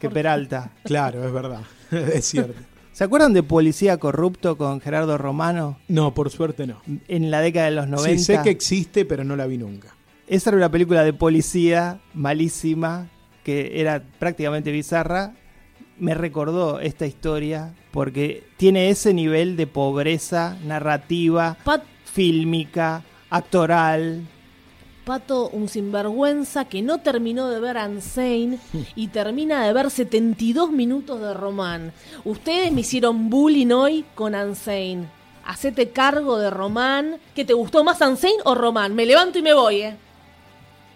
Speaker 3: que Peralta.
Speaker 1: Claro, es verdad, es cierto.
Speaker 3: ¿Se acuerdan de Policía Corrupto con Gerardo Romano
Speaker 1: No, por suerte no.
Speaker 3: en la década de los 90?
Speaker 1: Sí, sé que existe, pero no la vi nunca.
Speaker 3: Esa era una película de policía malísima, que era prácticamente bizarra. Me recordó esta historia porque tiene ese nivel de pobreza narrativa,
Speaker 2: Pat-
Speaker 3: fílmica, actoral.
Speaker 2: Pato, un sinvergüenza que no terminó de ver Ansein y termina de ver 72 minutos de Román. Ustedes me hicieron bullying hoy con Ansein. Hacete cargo de Román. ¿Qué te gustó más Ansein o Román? Me levanto y me voy, ¿eh?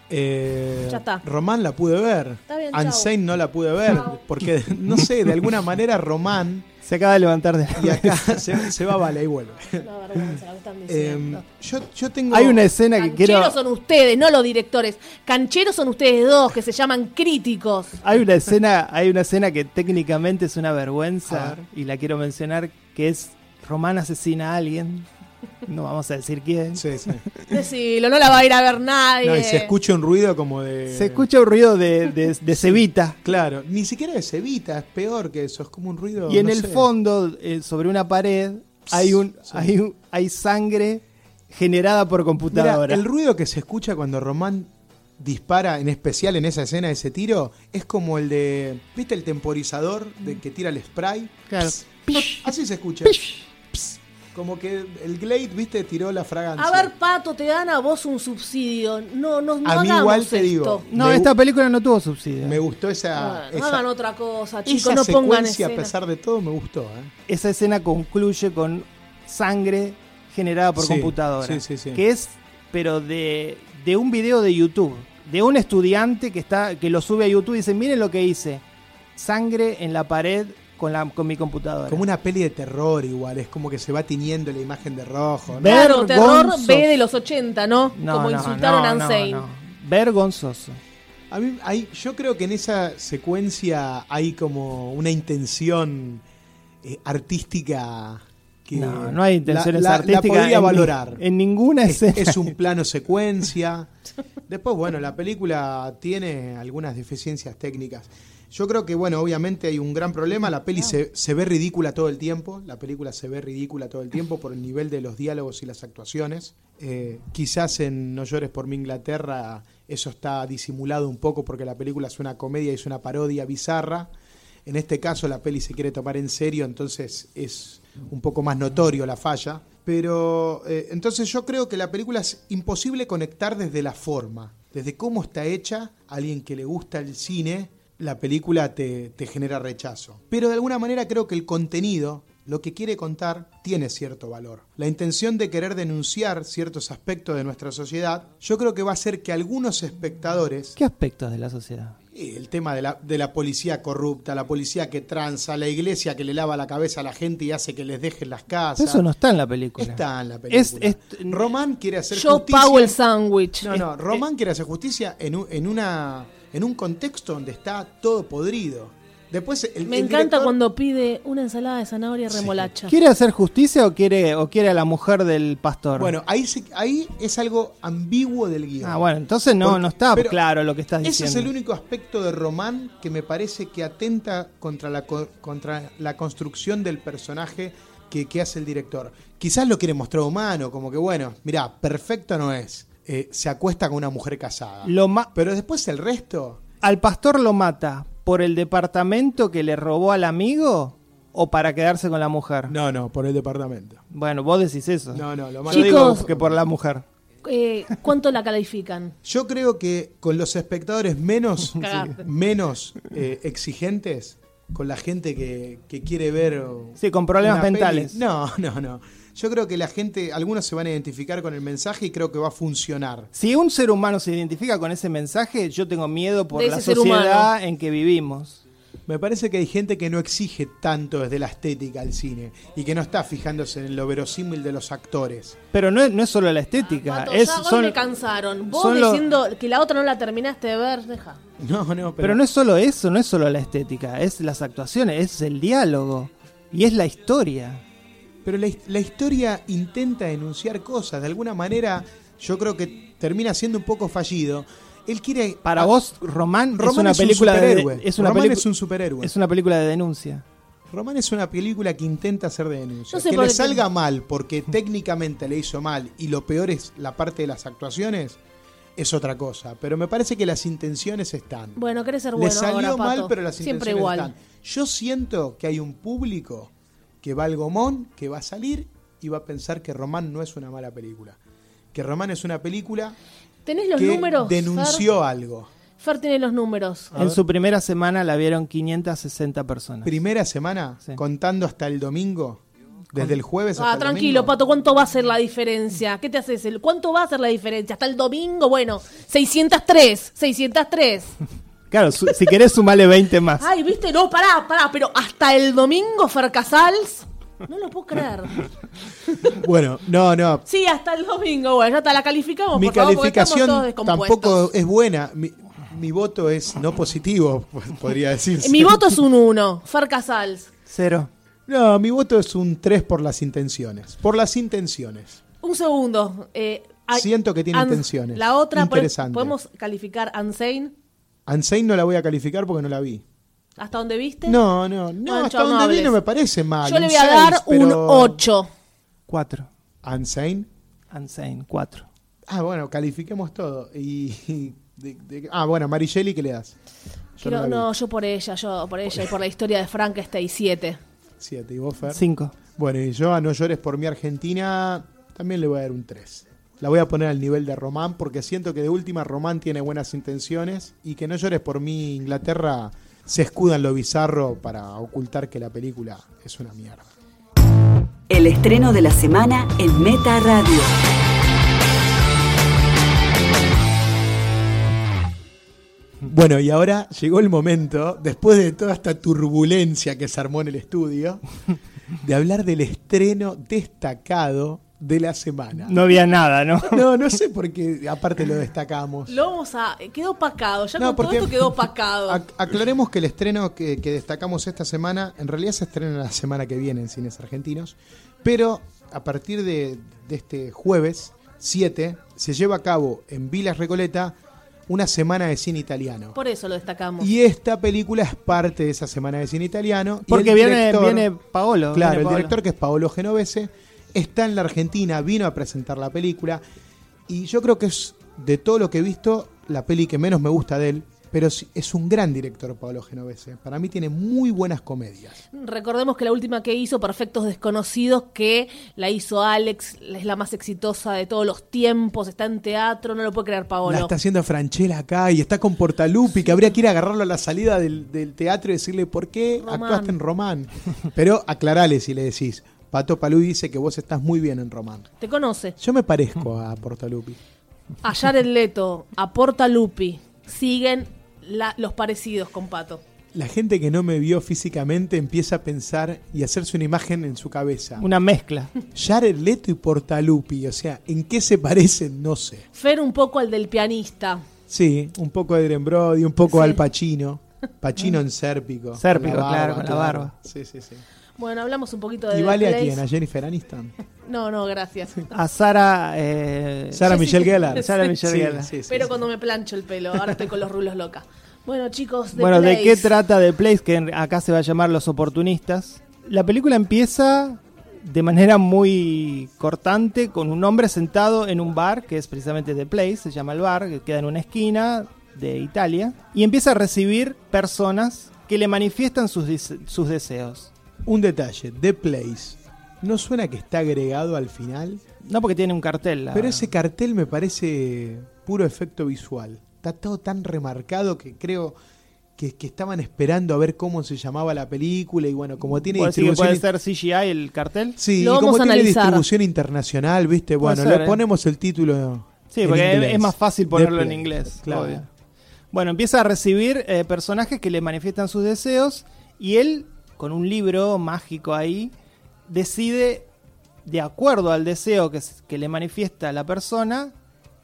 Speaker 1: Eh,
Speaker 2: Ya está.
Speaker 1: Román la pude ver.
Speaker 2: Está bien,
Speaker 1: Ansein no la pude ver. Porque, no sé, de alguna manera Román.
Speaker 3: Se acaba de levantar de la
Speaker 1: Y acá se, se va bala y vuelve.
Speaker 2: Una vergüenza, lo están
Speaker 1: Eh,
Speaker 2: diciendo.
Speaker 1: yo, yo tengo.
Speaker 3: Hay una escena que quiero.
Speaker 2: Cancheros son ustedes, no los directores. Cancheros son ustedes dos que se llaman críticos.
Speaker 3: Hay una escena, hay una escena que técnicamente es una
Speaker 1: A
Speaker 3: vergüenza
Speaker 1: ver.
Speaker 3: y la quiero mencionar, que es Román asesina a alguien. No vamos a decir quién.
Speaker 1: Sí, sí.
Speaker 2: Decilo, no la va a ir a ver nadie.
Speaker 1: No, y se escucha un ruido como de.
Speaker 3: Se escucha un ruido de, de, de cevita.
Speaker 1: Claro, ni siquiera de cevita, es peor que eso, es como un ruido.
Speaker 3: Y en
Speaker 1: no
Speaker 3: el
Speaker 1: sé.
Speaker 3: fondo, eh, sobre una pared, hay un,
Speaker 1: Sí.
Speaker 3: hay un- hay sangre generada por
Speaker 1: Mirá,
Speaker 3: computadora.
Speaker 1: el ruido que se escucha cuando Román dispara, en especial en esa escena, ese tiro, es como el de. ¿Viste el temporizador de que tira el spray?
Speaker 3: Claro.
Speaker 1: Pss, Así se escucha. Pss, Como que el Glade, viste, tiró la fragancia.
Speaker 2: A ver, Pato, te dan a vos un subsidio. No, no, no
Speaker 1: A mí
Speaker 2: hagamos
Speaker 1: igual te
Speaker 2: esto.
Speaker 1: digo.
Speaker 3: no,
Speaker 1: me-
Speaker 3: esta película no tuvo subsidio.
Speaker 1: Me gustó esa.
Speaker 2: Ah, no
Speaker 1: esa,
Speaker 2: hagan otra cosa,
Speaker 1: esa
Speaker 2: chicos, no pongan
Speaker 1: secuencia,
Speaker 2: escena.
Speaker 1: a pesar de todo, me gustó. ¿eh?
Speaker 3: Esa escena concluye con sangre generada por
Speaker 1: Sí,
Speaker 3: computadora.
Speaker 1: sí, sí, sí.
Speaker 3: Que es, pero de, de un video de YouTube. De un estudiante que, está, que lo sube a YouTube y dice, miren lo que hice. Sangre en la pared con, la, con mi computadora.
Speaker 1: Como una peli de terror, igual. Es como que se va tiniendo la imagen de rojo. ¿no?
Speaker 3: Ve-
Speaker 2: Claro, terror
Speaker 3: vergonzoso.
Speaker 2: B de los 80, ¿no? Como insultaron a Ansein.
Speaker 3: no. Vergonzoso.
Speaker 1: A mí, ahí- yo creo que en esa secuencia hay como una intención eh, artística que.
Speaker 3: No, no hay intenciones
Speaker 1: la, la-
Speaker 3: artísticas.
Speaker 1: La podría
Speaker 3: en ni-
Speaker 1: valorar.
Speaker 3: En ninguna
Speaker 1: es,
Speaker 3: escena.
Speaker 1: es un plano secuencia. Después, bueno, la película tiene algunas deficiencias técnicas. Yo creo que, bueno, obviamente hay un gran problema. La peli se, se ve ridícula todo el tiempo. La película se ve ridícula todo el tiempo por el nivel de los diálogos y las actuaciones. Eh, quizás en No llores por mi Inglaterra eso está disimulado un poco porque la película es una comedia y es una parodia bizarra. En este caso la peli se quiere tomar en serio, entonces es un poco más notorio la falla. Pero eh, entonces yo creo que la película es imposible conectar desde la forma, desde cómo está hecha. A alguien que le gusta el cine, la película te, te genera rechazo. Pero de alguna manera creo que el contenido lo que quiere contar tiene cierto valor. La intención de querer denunciar ciertos aspectos de nuestra sociedad, yo creo que va a hacer que algunos espectadores
Speaker 3: ¿Qué aspectos de la sociedad?
Speaker 1: Y el tema de la, de la policía corrupta, la policía que tranza, la iglesia que le lava la cabeza a la gente y hace que les dejen las casas.
Speaker 3: Eso no está en la película.
Speaker 1: Está en la película.
Speaker 3: Es- es-
Speaker 1: Román quiere hacer
Speaker 2: Yo
Speaker 1: justicia.
Speaker 2: pago el sándwich.
Speaker 1: No, no, Román quiere hacer justicia en un, en una, en un contexto donde está todo podrido. Después el-
Speaker 2: Me
Speaker 1: el
Speaker 2: encanta
Speaker 1: director-
Speaker 2: cuando pide una ensalada de zanahoria remolacha.
Speaker 3: ¿Quiere hacer justicia o quiere, o quiere a la mujer del pastor?
Speaker 1: Bueno, ahí, se- ahí es algo ambiguo del guión.
Speaker 3: Ah, bueno, entonces no,
Speaker 1: Porque-
Speaker 3: no está
Speaker 1: pero
Speaker 3: claro lo que estás
Speaker 1: Ese
Speaker 3: diciendo.
Speaker 1: es el único aspecto de Román que me parece que atenta contra la, co- contra la construcción del personaje que, que hace el director. Quizás lo quiere mostrar humano, como que bueno, mirá, perfecto no es. Eh, se acuesta con una mujer casada.
Speaker 3: Lo ma-
Speaker 1: Pero después el resto,
Speaker 3: ¿Al pastor lo mata por el departamento que le robó al amigo o para quedarse con la mujer?
Speaker 1: no, no, por el departamento.
Speaker 3: Bueno, vos decís eso.
Speaker 1: No, no, lo
Speaker 3: Yo
Speaker 1: más
Speaker 2: Chicos.
Speaker 3: digo que por la mujer.
Speaker 2: Eh, ¿Cuánto la califican?
Speaker 1: Yo creo que con los espectadores menos,
Speaker 2: Cagaste.
Speaker 1: menos eh, exigentes, con la gente que, que quiere ver. o-
Speaker 3: Sí, con problemas
Speaker 1: una peli-
Speaker 3: mentales.
Speaker 1: No, no, no. Yo creo que la gente, algunos se van a identificar con el mensaje y creo que va a funcionar.
Speaker 3: Si un ser humano se identifica con ese mensaje, yo tengo miedo por
Speaker 2: De
Speaker 3: la
Speaker 2: ese ser humano.
Speaker 3: sociedad en que vivimos.
Speaker 1: Me parece que hay gente que no exige tanto desde la estética al cine y que no está fijándose en lo verosímil de los actores.
Speaker 3: Pero no es, no es solo la estética,
Speaker 2: Pato,
Speaker 3: es,
Speaker 2: ya hoy
Speaker 3: son-
Speaker 2: me cansaron. Vos
Speaker 3: son los-
Speaker 2: diciendo que la otra no la terminaste de ver, deja.
Speaker 1: No, no,
Speaker 3: pero no es solo eso, no es solo la estética, es las actuaciones, es el diálogo y es la historia.
Speaker 1: Pero la, his- la historia intenta enunciar cosas. De alguna manera, yo creo que termina siendo un poco fallido. Él quiere.
Speaker 3: Para
Speaker 1: ah,
Speaker 3: vos, Román, es
Speaker 1: Román
Speaker 3: una
Speaker 1: es un
Speaker 3: película de,
Speaker 1: superhéroe.
Speaker 3: es una
Speaker 1: Román
Speaker 3: pelicu-
Speaker 1: es un superhéroe.
Speaker 3: Es una película de denuncia.
Speaker 1: Román es una película que intenta hacer de denuncia.
Speaker 2: No sé
Speaker 1: que
Speaker 2: por
Speaker 1: le
Speaker 2: qué-
Speaker 1: salga mal porque técnicamente le hizo mal y lo peor es la parte de las actuaciones, es otra cosa. Pero me parece que las intenciones están.
Speaker 2: Bueno, querés ser
Speaker 1: le
Speaker 2: bueno
Speaker 1: salió
Speaker 2: ahora,
Speaker 1: mal,
Speaker 2: Pato.
Speaker 1: pero las intenciones
Speaker 2: Siempre igual.
Speaker 1: están. Yo siento que hay un público que va al gomón, que va a salir y va a pensar que Román no es una mala película. Que Román es una película
Speaker 2: ¿Tenés los
Speaker 1: que
Speaker 2: números?
Speaker 1: denunció Ah, algo.
Speaker 2: Fer? Fer tiene los números.
Speaker 1: A
Speaker 3: En
Speaker 1: ver.
Speaker 3: su primera semana la vieron 560 personas.
Speaker 1: Primera semana,
Speaker 3: Sí.
Speaker 1: contando hasta el domingo, desde el jueves hasta
Speaker 2: Ah,
Speaker 1: el
Speaker 2: tranquilo,
Speaker 1: domingo.
Speaker 2: Pato, ¿cuánto va a ser la diferencia? ¿Qué te haces? El- ¿Cuánto va a ser la diferencia? Hasta el domingo, bueno, 603, 603.
Speaker 3: Claro, su- si querés sumale 20 más.
Speaker 2: Ay, viste, no, pará, pará, pero hasta el domingo, Fer Casals. No lo puedo creer.
Speaker 1: Bueno, no, no,
Speaker 2: Sí, hasta el domingo, bueno, ya está, la calificamos.
Speaker 1: mi
Speaker 2: por favor, porque estamos
Speaker 1: calificación
Speaker 2: todos descompuestos.
Speaker 1: tampoco es buena. Mi, mi voto es no positivo, podría decirse.
Speaker 2: Mi voto es un 1, Fer Casals.
Speaker 3: Cero.
Speaker 1: No, mi voto es un 3 por las intenciones. Por las intenciones.
Speaker 2: Un segundo. eh, hay-
Speaker 1: Siento que tiene
Speaker 2: An-
Speaker 1: intenciones.
Speaker 2: La otra, pode-
Speaker 1: Interesante.
Speaker 2: ¿podemos calificar Unsane?
Speaker 1: Ansein no la voy a calificar porque no la vi.
Speaker 2: ¿Hasta dónde viste?
Speaker 1: No, no, no,
Speaker 2: Bueno,
Speaker 1: hasta
Speaker 2: chao, no
Speaker 1: donde vi
Speaker 2: hables.
Speaker 1: no me parece mal.
Speaker 2: Yo le
Speaker 1: un
Speaker 2: voy a
Speaker 1: seis,
Speaker 2: dar un
Speaker 1: pero-
Speaker 2: 8.
Speaker 3: Cuatro.
Speaker 1: Ansein.
Speaker 3: Unsane, cuatro.
Speaker 1: Ah, bueno, califiquemos todo. Y, y de- de- ah, bueno, Marichelli, ¿qué le das? Yo
Speaker 2: no,
Speaker 1: no la vi.
Speaker 2: yo por ella, yo por ella y por la historia de este Frankenstein 7.
Speaker 1: Siete. ¿Y vos, Fer?
Speaker 3: Cinco.
Speaker 1: Bueno, y yo a No llores por mi Argentina también le voy a dar un 3. La voy a poner al nivel de Román porque siento que de última Román tiene buenas intenciones y que No llores por mí Inglaterra se escuda en lo bizarro para ocultar que la película es una mierda.
Speaker 4: El estreno de la semana en Meta Radio.
Speaker 1: Bueno, y ahora llegó el momento, después de toda esta turbulencia que se armó en el estudio, de hablar del estreno destacado de la semana.
Speaker 3: No había nada, ¿no?
Speaker 1: No, no sé por qué aparte lo destacamos.
Speaker 2: Lo vamos a. eh, Quedó opacado, ya
Speaker 1: No,
Speaker 2: con todo
Speaker 1: porque-
Speaker 2: esto quedó opacado.
Speaker 1: Ac- aclaremos que el estreno que, que destacamos esta semana, en realidad se estrena la semana que viene en cines argentinos, pero a partir de, de este jueves 7 se lleva a cabo en Vilas Recoleta una semana de cine italiano.
Speaker 2: por eso lo destacamos.
Speaker 1: Y esta película es parte de esa semana de cine italiano. y
Speaker 3: Porque
Speaker 1: el
Speaker 3: viene,
Speaker 1: director-
Speaker 3: viene Paolo.
Speaker 1: Claro,
Speaker 3: viene
Speaker 1: el
Speaker 3: Paolo.
Speaker 1: director que es Paolo Genovese está en la Argentina, vino a presentar la película y yo creo que es de todo lo que he visto la peli que menos me gusta de él, Pero sí, es un gran director Pablo Genovese. Para mí tiene muy buenas comedias.
Speaker 2: Recordemos que la última que hizo, Perfectos Desconocidos, que la hizo Alex, es la más exitosa de todos los tiempos, está en teatro, no lo puede creer
Speaker 1: La
Speaker 2: Paolo.
Speaker 1: está haciendo Franchella acá y está con Portalupi, que habría que ir a agarrarlo a la salida del, del teatro y decirle, ¿por qué
Speaker 2: Román.
Speaker 1: actuaste en Román? Pero aclarale si le decís. Pato Palú dice que vos estás muy bien en Román.
Speaker 2: Te conoce.
Speaker 1: Yo me parezco a Portalupi.
Speaker 2: A Jared Leto, a Porta Lupi, siguen la- los parecidos con Pato.
Speaker 1: La gente que no me vio físicamente empieza a pensar y hacerse una imagen en su cabeza.
Speaker 3: Una mezcla.
Speaker 1: Jared Leto y Portalupi, o sea, ¿en qué se parecen? No sé.
Speaker 2: Fer un poco al del pianista.
Speaker 1: Sí, un poco de Adrien Brody, un poco
Speaker 2: Sí.
Speaker 1: Al Pacino. Pacino en Sérpico.
Speaker 3: Sérpico,
Speaker 1: Con la
Speaker 3: claro, con la
Speaker 1: claro.
Speaker 3: barba.
Speaker 1: Sí, sí, sí.
Speaker 2: Bueno, hablamos un poquito
Speaker 1: ¿Y
Speaker 2: de The
Speaker 1: vale a
Speaker 2: Place.
Speaker 1: quién? ¿A Jennifer Aniston?
Speaker 2: No, no, gracias.
Speaker 3: A Sara. eh,
Speaker 1: Sara
Speaker 2: Sí,
Speaker 1: Michelle
Speaker 2: sí.
Speaker 1: Gellar.
Speaker 3: Sara Michelle
Speaker 1: Sí,
Speaker 3: Gellar.
Speaker 1: sí, sí,
Speaker 2: Pero
Speaker 1: sí.
Speaker 2: cuando me plancho el pelo, ahora estoy con los rulos loca. Bueno, chicos, The
Speaker 3: Bueno, ¿de
Speaker 2: Place.
Speaker 3: qué trata The Place? Que en- acá se va a llamar Los Oportunistas. La película empieza de manera muy cortante con un hombre sentado en un bar, que es precisamente The Place, se llama el bar, que queda en una esquina de Italia, y empieza a recibir personas que le manifiestan sus, dise- sus deseos.
Speaker 1: Un detalle, The Place. ¿No suena que está agregado al final?
Speaker 3: No porque tiene un cartel. la-
Speaker 1: Pero ese cartel me parece puro efecto visual. Está todo tan remarcado que creo que, que estaban esperando a ver cómo se llamaba la película y bueno, como tiene
Speaker 3: ¿Puedo decir que
Speaker 1: distribución...
Speaker 3: puede
Speaker 1: in-
Speaker 3: ser CGI el cartel?
Speaker 1: Sí,
Speaker 2: Lo
Speaker 1: y como
Speaker 2: vamos a
Speaker 1: tiene
Speaker 2: analizar.
Speaker 1: distribución internacional, viste,
Speaker 3: Puede
Speaker 1: bueno,
Speaker 3: ser,
Speaker 1: le
Speaker 3: ¿eh?
Speaker 1: ponemos el título.
Speaker 3: Sí,
Speaker 1: en
Speaker 3: porque
Speaker 1: inglés.
Speaker 3: es más fácil
Speaker 1: The
Speaker 3: ponerlo en
Speaker 1: Place,
Speaker 3: inglés.
Speaker 1: claro.
Speaker 3: obvio. Bueno, empieza a recibir eh, personajes que le manifiestan sus deseos y él, con un libro mágico ahí, decide, de acuerdo al deseo que, s- que le manifiesta la persona,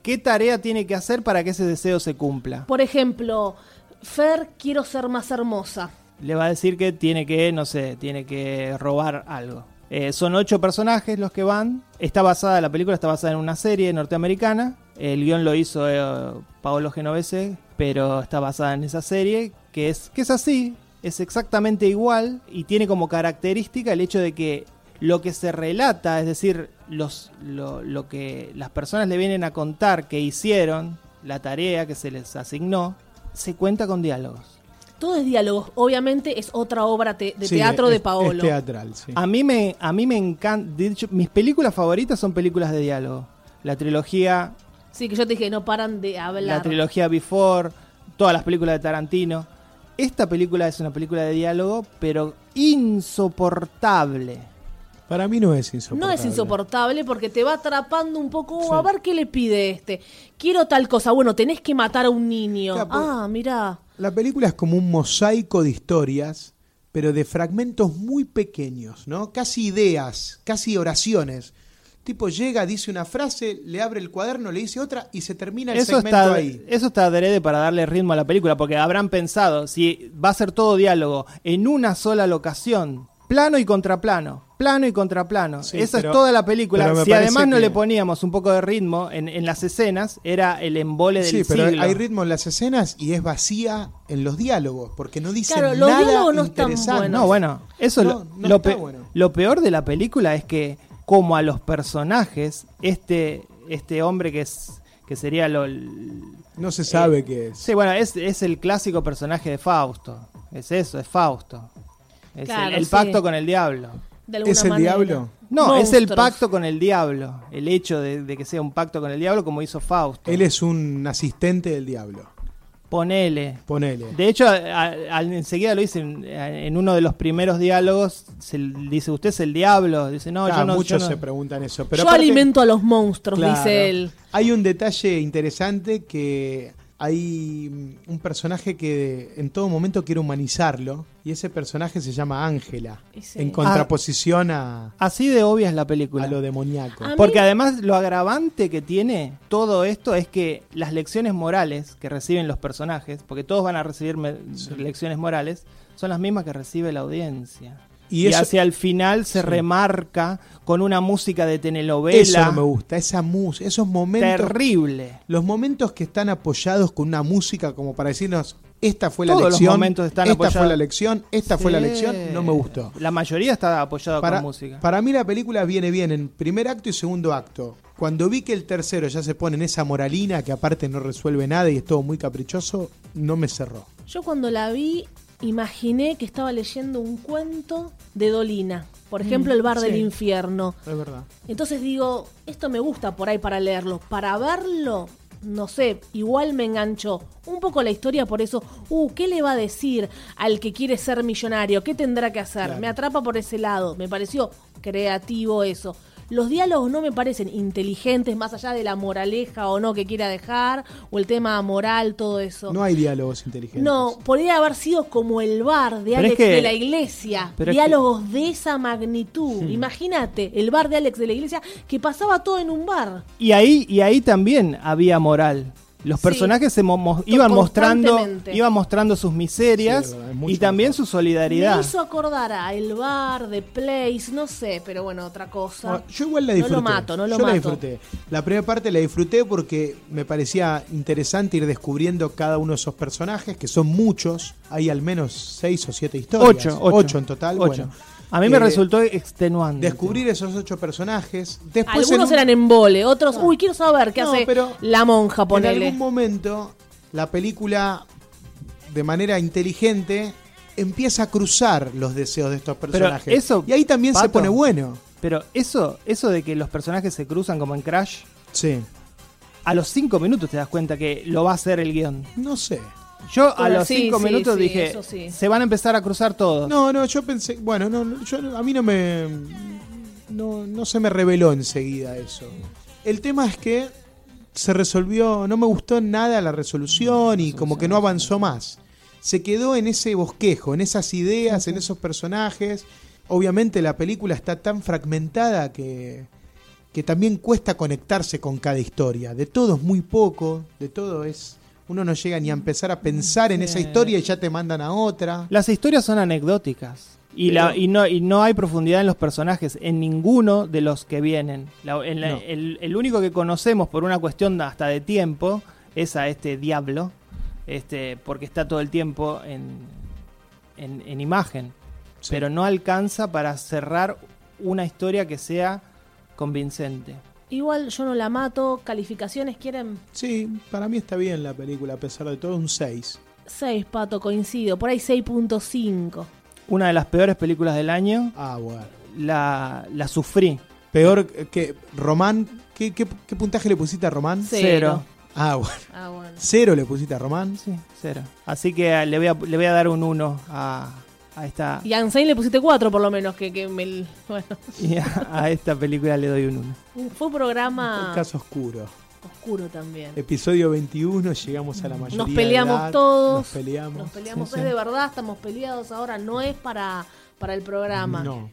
Speaker 3: qué tarea tiene que hacer para que ese deseo se cumpla.
Speaker 2: Por ejemplo, Fer, quiero ser más hermosa.
Speaker 3: Le va a decir que tiene que, no sé, tiene que robar algo. Eh, son ocho personajes los que van. Está basada, la película está basada en una serie norteamericana. El guión lo hizo eh, Paolo Genovese, pero está basada en esa serie, que es, que es así, es exactamente igual y tiene como característica el hecho de que lo que se relata, es decir, los, lo, lo que las personas le vienen a contar que hicieron, la tarea que se les asignó, se cuenta con diálogos.
Speaker 2: Todo es diálogo. Obviamente es otra obra te- de
Speaker 1: Sí,
Speaker 2: teatro
Speaker 1: es-
Speaker 2: de
Speaker 1: Es
Speaker 2: Paolo.
Speaker 1: teatral, sí.
Speaker 3: A mí me, a mí me encanta. de hecho, mis películas favoritas son películas de diálogo. La trilogía,
Speaker 2: Sí, que yo te dije, no paran de hablar.
Speaker 3: la trilogía Before, todas las películas de Tarantino. Esta película es una película de diálogo, pero insoportable.
Speaker 1: Para mí no es insoportable.
Speaker 2: No es insoportable porque te va atrapando un poco. "Oh, A
Speaker 1: Sí.
Speaker 2: ver qué le pide este. Quiero tal cosa. Bueno, tenés que matar a un niño.
Speaker 1: Claro, porque-
Speaker 2: ah, mirá.
Speaker 1: La película es como un mosaico de historias, pero de fragmentos muy pequeños, ¿no? Casi ideas, casi oraciones. Tipo llega, dice una frase, le abre el cuaderno, le dice otra y se termina el
Speaker 3: Eso
Speaker 1: segmento
Speaker 3: está,
Speaker 1: ahí.
Speaker 3: eso está adrede para darle ritmo a la película, porque habrán pensado, si va a ser todo diálogo, en una sola locación, plano y contraplano, plano y contraplano.
Speaker 1: Sí,
Speaker 3: Esa
Speaker 1: pero-
Speaker 3: es toda la película.
Speaker 1: pero me
Speaker 3: Si además
Speaker 1: parece
Speaker 3: no
Speaker 1: que-
Speaker 3: le poníamos un poco de ritmo en, en las escenas, era el embole del
Speaker 1: Sí, pero
Speaker 3: siglo.
Speaker 1: hay ritmo en las escenas y es vacía en los diálogos, porque no dice
Speaker 2: Claro, los
Speaker 1: nada
Speaker 2: diálogos no están
Speaker 1: interesante.
Speaker 2: buenos.
Speaker 3: No, bueno, eso
Speaker 1: No,
Speaker 3: lo-
Speaker 1: no
Speaker 3: lo,
Speaker 1: está
Speaker 3: pe-
Speaker 1: bueno.
Speaker 3: lo peor de la película es que como a los personajes, este, este hombre que es que sería lo,
Speaker 1: No se sabe
Speaker 3: Eh,
Speaker 1: qué es.
Speaker 3: Sí, bueno, es, es el clásico personaje de Fausto. Es eso, es Fausto. Es
Speaker 2: Claro,
Speaker 3: el, el
Speaker 2: sí.
Speaker 3: pacto con el diablo.
Speaker 2: De alguna
Speaker 1: ¿Es el
Speaker 2: manera.
Speaker 1: diablo?
Speaker 3: No, es el
Speaker 2: Monstruos.
Speaker 3: pacto con el diablo. El hecho de, de que sea un pacto con el diablo como hizo Fausto.
Speaker 1: Él es un asistente del diablo.
Speaker 3: Ponele.
Speaker 1: Ponele.
Speaker 3: De hecho, a- a- al- enseguida lo dicen en uno de los primeros diálogos. Se le dice, ¿usted es el diablo? Dice, no,
Speaker 1: Ah,
Speaker 3: yo no. yo
Speaker 1: muchos
Speaker 3: no".
Speaker 1: se preguntan eso. Pero
Speaker 2: yo
Speaker 1: aparte-
Speaker 2: alimento a los monstruos,
Speaker 1: Claro.
Speaker 2: dice él.
Speaker 1: Hay un detalle interesante que hay mm, un personaje que en todo momento quiere humanizarlo y ese personaje se llama Ángela,
Speaker 2: Y sí.
Speaker 1: en contraposición a,
Speaker 3: Así de obvia es la película.
Speaker 1: a lo demoníaco.
Speaker 2: Ah, A mí-
Speaker 3: Porque además lo agravante que tiene todo esto es que las lecciones morales que reciben los personajes, porque todos van a recibir me- lecciones morales, son las mismas que recibe la audiencia.
Speaker 1: Y
Speaker 3: Y,
Speaker 1: eso-
Speaker 3: hacia el final se
Speaker 1: Sí.
Speaker 3: remarca con una música de
Speaker 1: Eso no
Speaker 3: telenovela
Speaker 1: me gusta, esa música, esos momentos,
Speaker 3: terrible.
Speaker 1: los momentos que están apoyados con una música como para decirnos esta fue la
Speaker 3: Todos los
Speaker 1: lección,
Speaker 3: momentos están
Speaker 1: esta fue
Speaker 3: apoyados.
Speaker 1: la lección, esta fue la
Speaker 3: Sí.
Speaker 1: lección, no me gustó.
Speaker 3: La mayoría está apoyada
Speaker 1: Para,
Speaker 3: con música.
Speaker 1: para mí la película viene bien en primer acto y segundo acto. Cuando vi que el tercero ya se pone en esa moralina que aparte no resuelve nada y es todo muy caprichoso, no me cerró.
Speaker 2: Yo cuando la vi imaginé que estaba leyendo un cuento de Dolina, por ejemplo, El bar
Speaker 1: Mm,
Speaker 2: del
Speaker 3: sí.
Speaker 2: infierno.
Speaker 3: Es verdad.
Speaker 2: Entonces digo, esto me gusta por ahí para leerlo, para verlo, no sé, igual me enganchó un poco la historia por eso, uh, ¿qué le va a decir al que quiere ser millonario? ¿Qué tendrá que hacer?
Speaker 1: Claro.
Speaker 2: Me atrapa por ese lado, me pareció creativo eso. Los diálogos no me parecen inteligentes más allá de la moraleja o no que quiera dejar o el tema moral, todo eso.
Speaker 1: No hay diálogos inteligentes.
Speaker 2: No, podría haber sido como el bar de
Speaker 3: Pero
Speaker 2: Alex
Speaker 3: es que-
Speaker 2: de la iglesia.
Speaker 3: pero es
Speaker 2: Diálogos de esa
Speaker 1: Hmm.
Speaker 2: magnitud. Imagínate, el bar de Alex de la iglesia que pasaba todo en un bar.
Speaker 3: Y ahí, y ahí también había moral. Los
Speaker 2: Sí.
Speaker 3: personajes se mo- mo- iban mostrando,
Speaker 2: Constantemente.
Speaker 3: iban mostrando sus miserias
Speaker 1: Sí, es verdad, es mucho
Speaker 3: y también
Speaker 1: mejor.
Speaker 3: su solidaridad.
Speaker 2: Me hizo acordar a el bar de Place, no sé, pero bueno, otra cosa.
Speaker 1: Bueno, Ah, yo igual la
Speaker 2: No lo
Speaker 1: disfruté.
Speaker 2: mato, no
Speaker 1: yo
Speaker 2: lo
Speaker 1: la
Speaker 2: mato.
Speaker 1: disfruté. La primera parte la disfruté porque me parecía interesante ir descubriendo cada uno de esos personajes, que son muchos. Hay al menos seis o siete historias.
Speaker 3: Ocho, ocho,
Speaker 1: en total.
Speaker 3: Ocho.
Speaker 1: Bueno,
Speaker 3: a mí me
Speaker 1: Eh,
Speaker 3: resultó extenuante.
Speaker 1: descubrir esos ocho personajes. Después
Speaker 2: Algunos
Speaker 1: en un- Ah.
Speaker 2: eran en vole, otros, uy, quiero saber qué
Speaker 1: No,
Speaker 2: hace
Speaker 1: pero
Speaker 2: la monja,
Speaker 1: En
Speaker 2: ponele.
Speaker 1: algún momento, la película, de manera inteligente, empieza a cruzar los deseos de estos personajes.
Speaker 3: eso,
Speaker 1: y ahí también se
Speaker 3: Pato,
Speaker 1: pone bueno.
Speaker 3: Pero eso, eso de que los personajes se cruzan como en Crash,
Speaker 1: Sí.
Speaker 3: a los cinco minutos te das cuenta que lo va a hacer el guión.
Speaker 1: No sé.
Speaker 3: Yo a
Speaker 2: Bueno,
Speaker 3: los
Speaker 2: sí,
Speaker 3: cinco
Speaker 2: sí,
Speaker 3: minutos
Speaker 2: sí,
Speaker 3: dije,
Speaker 2: eso sí.
Speaker 3: se van a empezar a cruzar todos.
Speaker 1: No, no, yo pensé. Bueno, no, no, yo- a mí no me. No, no se me reveló enseguida eso. El tema es que se resolvió. No me gustó nada la resolución y como que no avanzó más. Se quedó en ese bosquejo, en esas ideas, en esos personajes. Obviamente la película está tan fragmentada que, que también cuesta conectarse con cada historia. De todo es muy poco, de todo es... Uno no llega ni a empezar a pensar en esa historia y ya te mandan a otra.
Speaker 3: Las historias son anecdóticas. Y, la, y, no, y no hay profundidad en los personajes, en ninguno de los que vienen. La- en la-
Speaker 1: No.
Speaker 3: el, el único que conocemos por una cuestión hasta de tiempo es a este diablo, este, porque está todo el tiempo en, en- en imagen.
Speaker 1: Sí.
Speaker 3: Pero no alcanza para cerrar una historia que sea convincente.
Speaker 2: Igual yo no la mato, calificaciones quieren
Speaker 1: Sí, para mí está bien la película, a pesar de todo, un 6.
Speaker 2: 6, Pato, coincido, por ahí 6.5.
Speaker 3: Una de las peores películas del año,
Speaker 1: Ah, bueno.
Speaker 3: la, la sufrí.
Speaker 1: Peor que Román. ¿Qué, qué, qué puntaje le pusiste a Román?
Speaker 2: Sí. Cero.
Speaker 3: Cero.
Speaker 1: Ah, bueno.
Speaker 2: Ah, bueno.
Speaker 1: Cero le pusiste a Román.
Speaker 3: Sí, cero. Así que eh, le voy a, le voy a dar un 1 a, a esta.
Speaker 2: Y a Ansein le pusiste 4 por lo menos, que, que me... Bueno,
Speaker 3: Y a, a esta película le doy un 1.
Speaker 2: fue un programa
Speaker 1: Un este caso Eh, oscuro.
Speaker 2: oscuro también.
Speaker 1: Episodio 21, llegamos a la mayoría.
Speaker 2: Nos
Speaker 1: de
Speaker 2: peleamos
Speaker 1: edad,
Speaker 2: todos.
Speaker 1: Nos peleamos.
Speaker 2: Nos peleamos,
Speaker 3: Sí, sí.
Speaker 2: es de verdad, estamos peleados ahora, no es para, para el programa.
Speaker 1: No.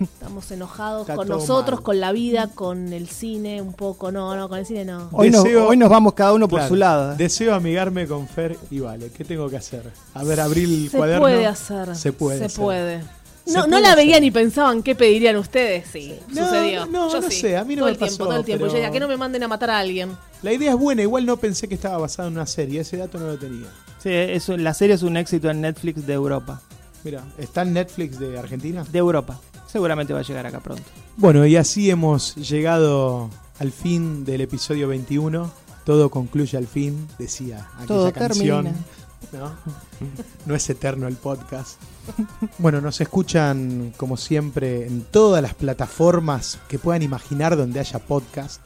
Speaker 2: Estamos enojados
Speaker 1: Está
Speaker 2: con
Speaker 1: todo
Speaker 2: nosotros,
Speaker 1: mal.
Speaker 2: con la vida, con el cine, un poco. No, no, con el cine no.
Speaker 3: Hoy, nos-
Speaker 1: Deseo-
Speaker 3: hoy nos vamos cada uno por
Speaker 1: Claro.
Speaker 3: su lado. ¿eh?
Speaker 1: Deseo amigarme con Fer y Vale. ¿Qué tengo que hacer? A ver, abrir el
Speaker 2: Se
Speaker 1: cuaderno.
Speaker 2: puede hacer.
Speaker 1: Se puede.
Speaker 2: Se
Speaker 1: hacer.
Speaker 2: puede.
Speaker 1: Se
Speaker 2: No, no
Speaker 1: puede
Speaker 2: la
Speaker 1: hacer.
Speaker 2: veían y pensaban qué pedirían ustedes. Sí,
Speaker 1: No,
Speaker 2: sucedió.
Speaker 1: no,
Speaker 2: Yo
Speaker 1: no
Speaker 2: sí.
Speaker 1: sé, a mí no
Speaker 2: todo
Speaker 1: me
Speaker 2: el tiempo,
Speaker 1: pasó,
Speaker 2: todo el tiempo. Yo
Speaker 1: pero-
Speaker 2: decía, que no me manden a matar a alguien.
Speaker 1: La idea es buena, igual no pensé que estaba basada en una serie. Ese dato no lo tenía.
Speaker 3: Sí, es un- la serie es un éxito en Netflix de Europa.
Speaker 1: Mira, ¿está en Netflix de Argentina?
Speaker 3: De Europa. Seguramente va a llegar acá pronto.
Speaker 1: Bueno, y así hemos llegado al fin del episodio 21. Todo concluye al fin, decía aquella
Speaker 3: Todo
Speaker 1: canción.
Speaker 3: termina.
Speaker 1: ¿no? No es eterno el podcast. Bueno, nos escuchan como siempre en todas las plataformas que puedan imaginar donde haya podcast.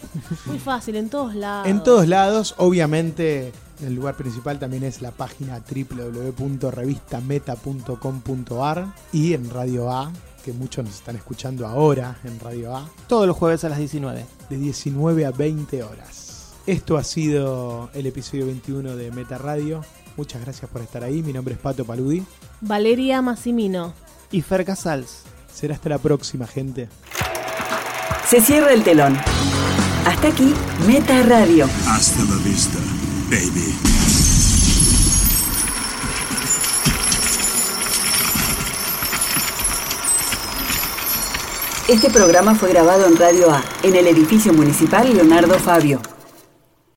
Speaker 2: Muy fácil, en todos
Speaker 3: Ah.
Speaker 2: lados.
Speaker 1: En todos lados, obviamente, el lugar principal también es la página www.revistameta.com.ar y en Radio A, que muchos nos están escuchando ahora en Radio A
Speaker 3: Todos los jueves a las 19.
Speaker 1: de 19 a 20 horas. Esto ha sido el episodio 21 de Meta Radio. Muchas gracias por estar ahí. Mi nombre es Pato Paludi.
Speaker 2: Valeria Massimino.
Speaker 3: Y Fer Casals.
Speaker 1: Será hasta la próxima, gente.
Speaker 4: Se cierra el telón. Hasta aquí, Meta Radio.
Speaker 5: Hasta la vista, baby.
Speaker 4: Este programa fue grabado en Radio A, en el edificio municipal Leonardo Fabio.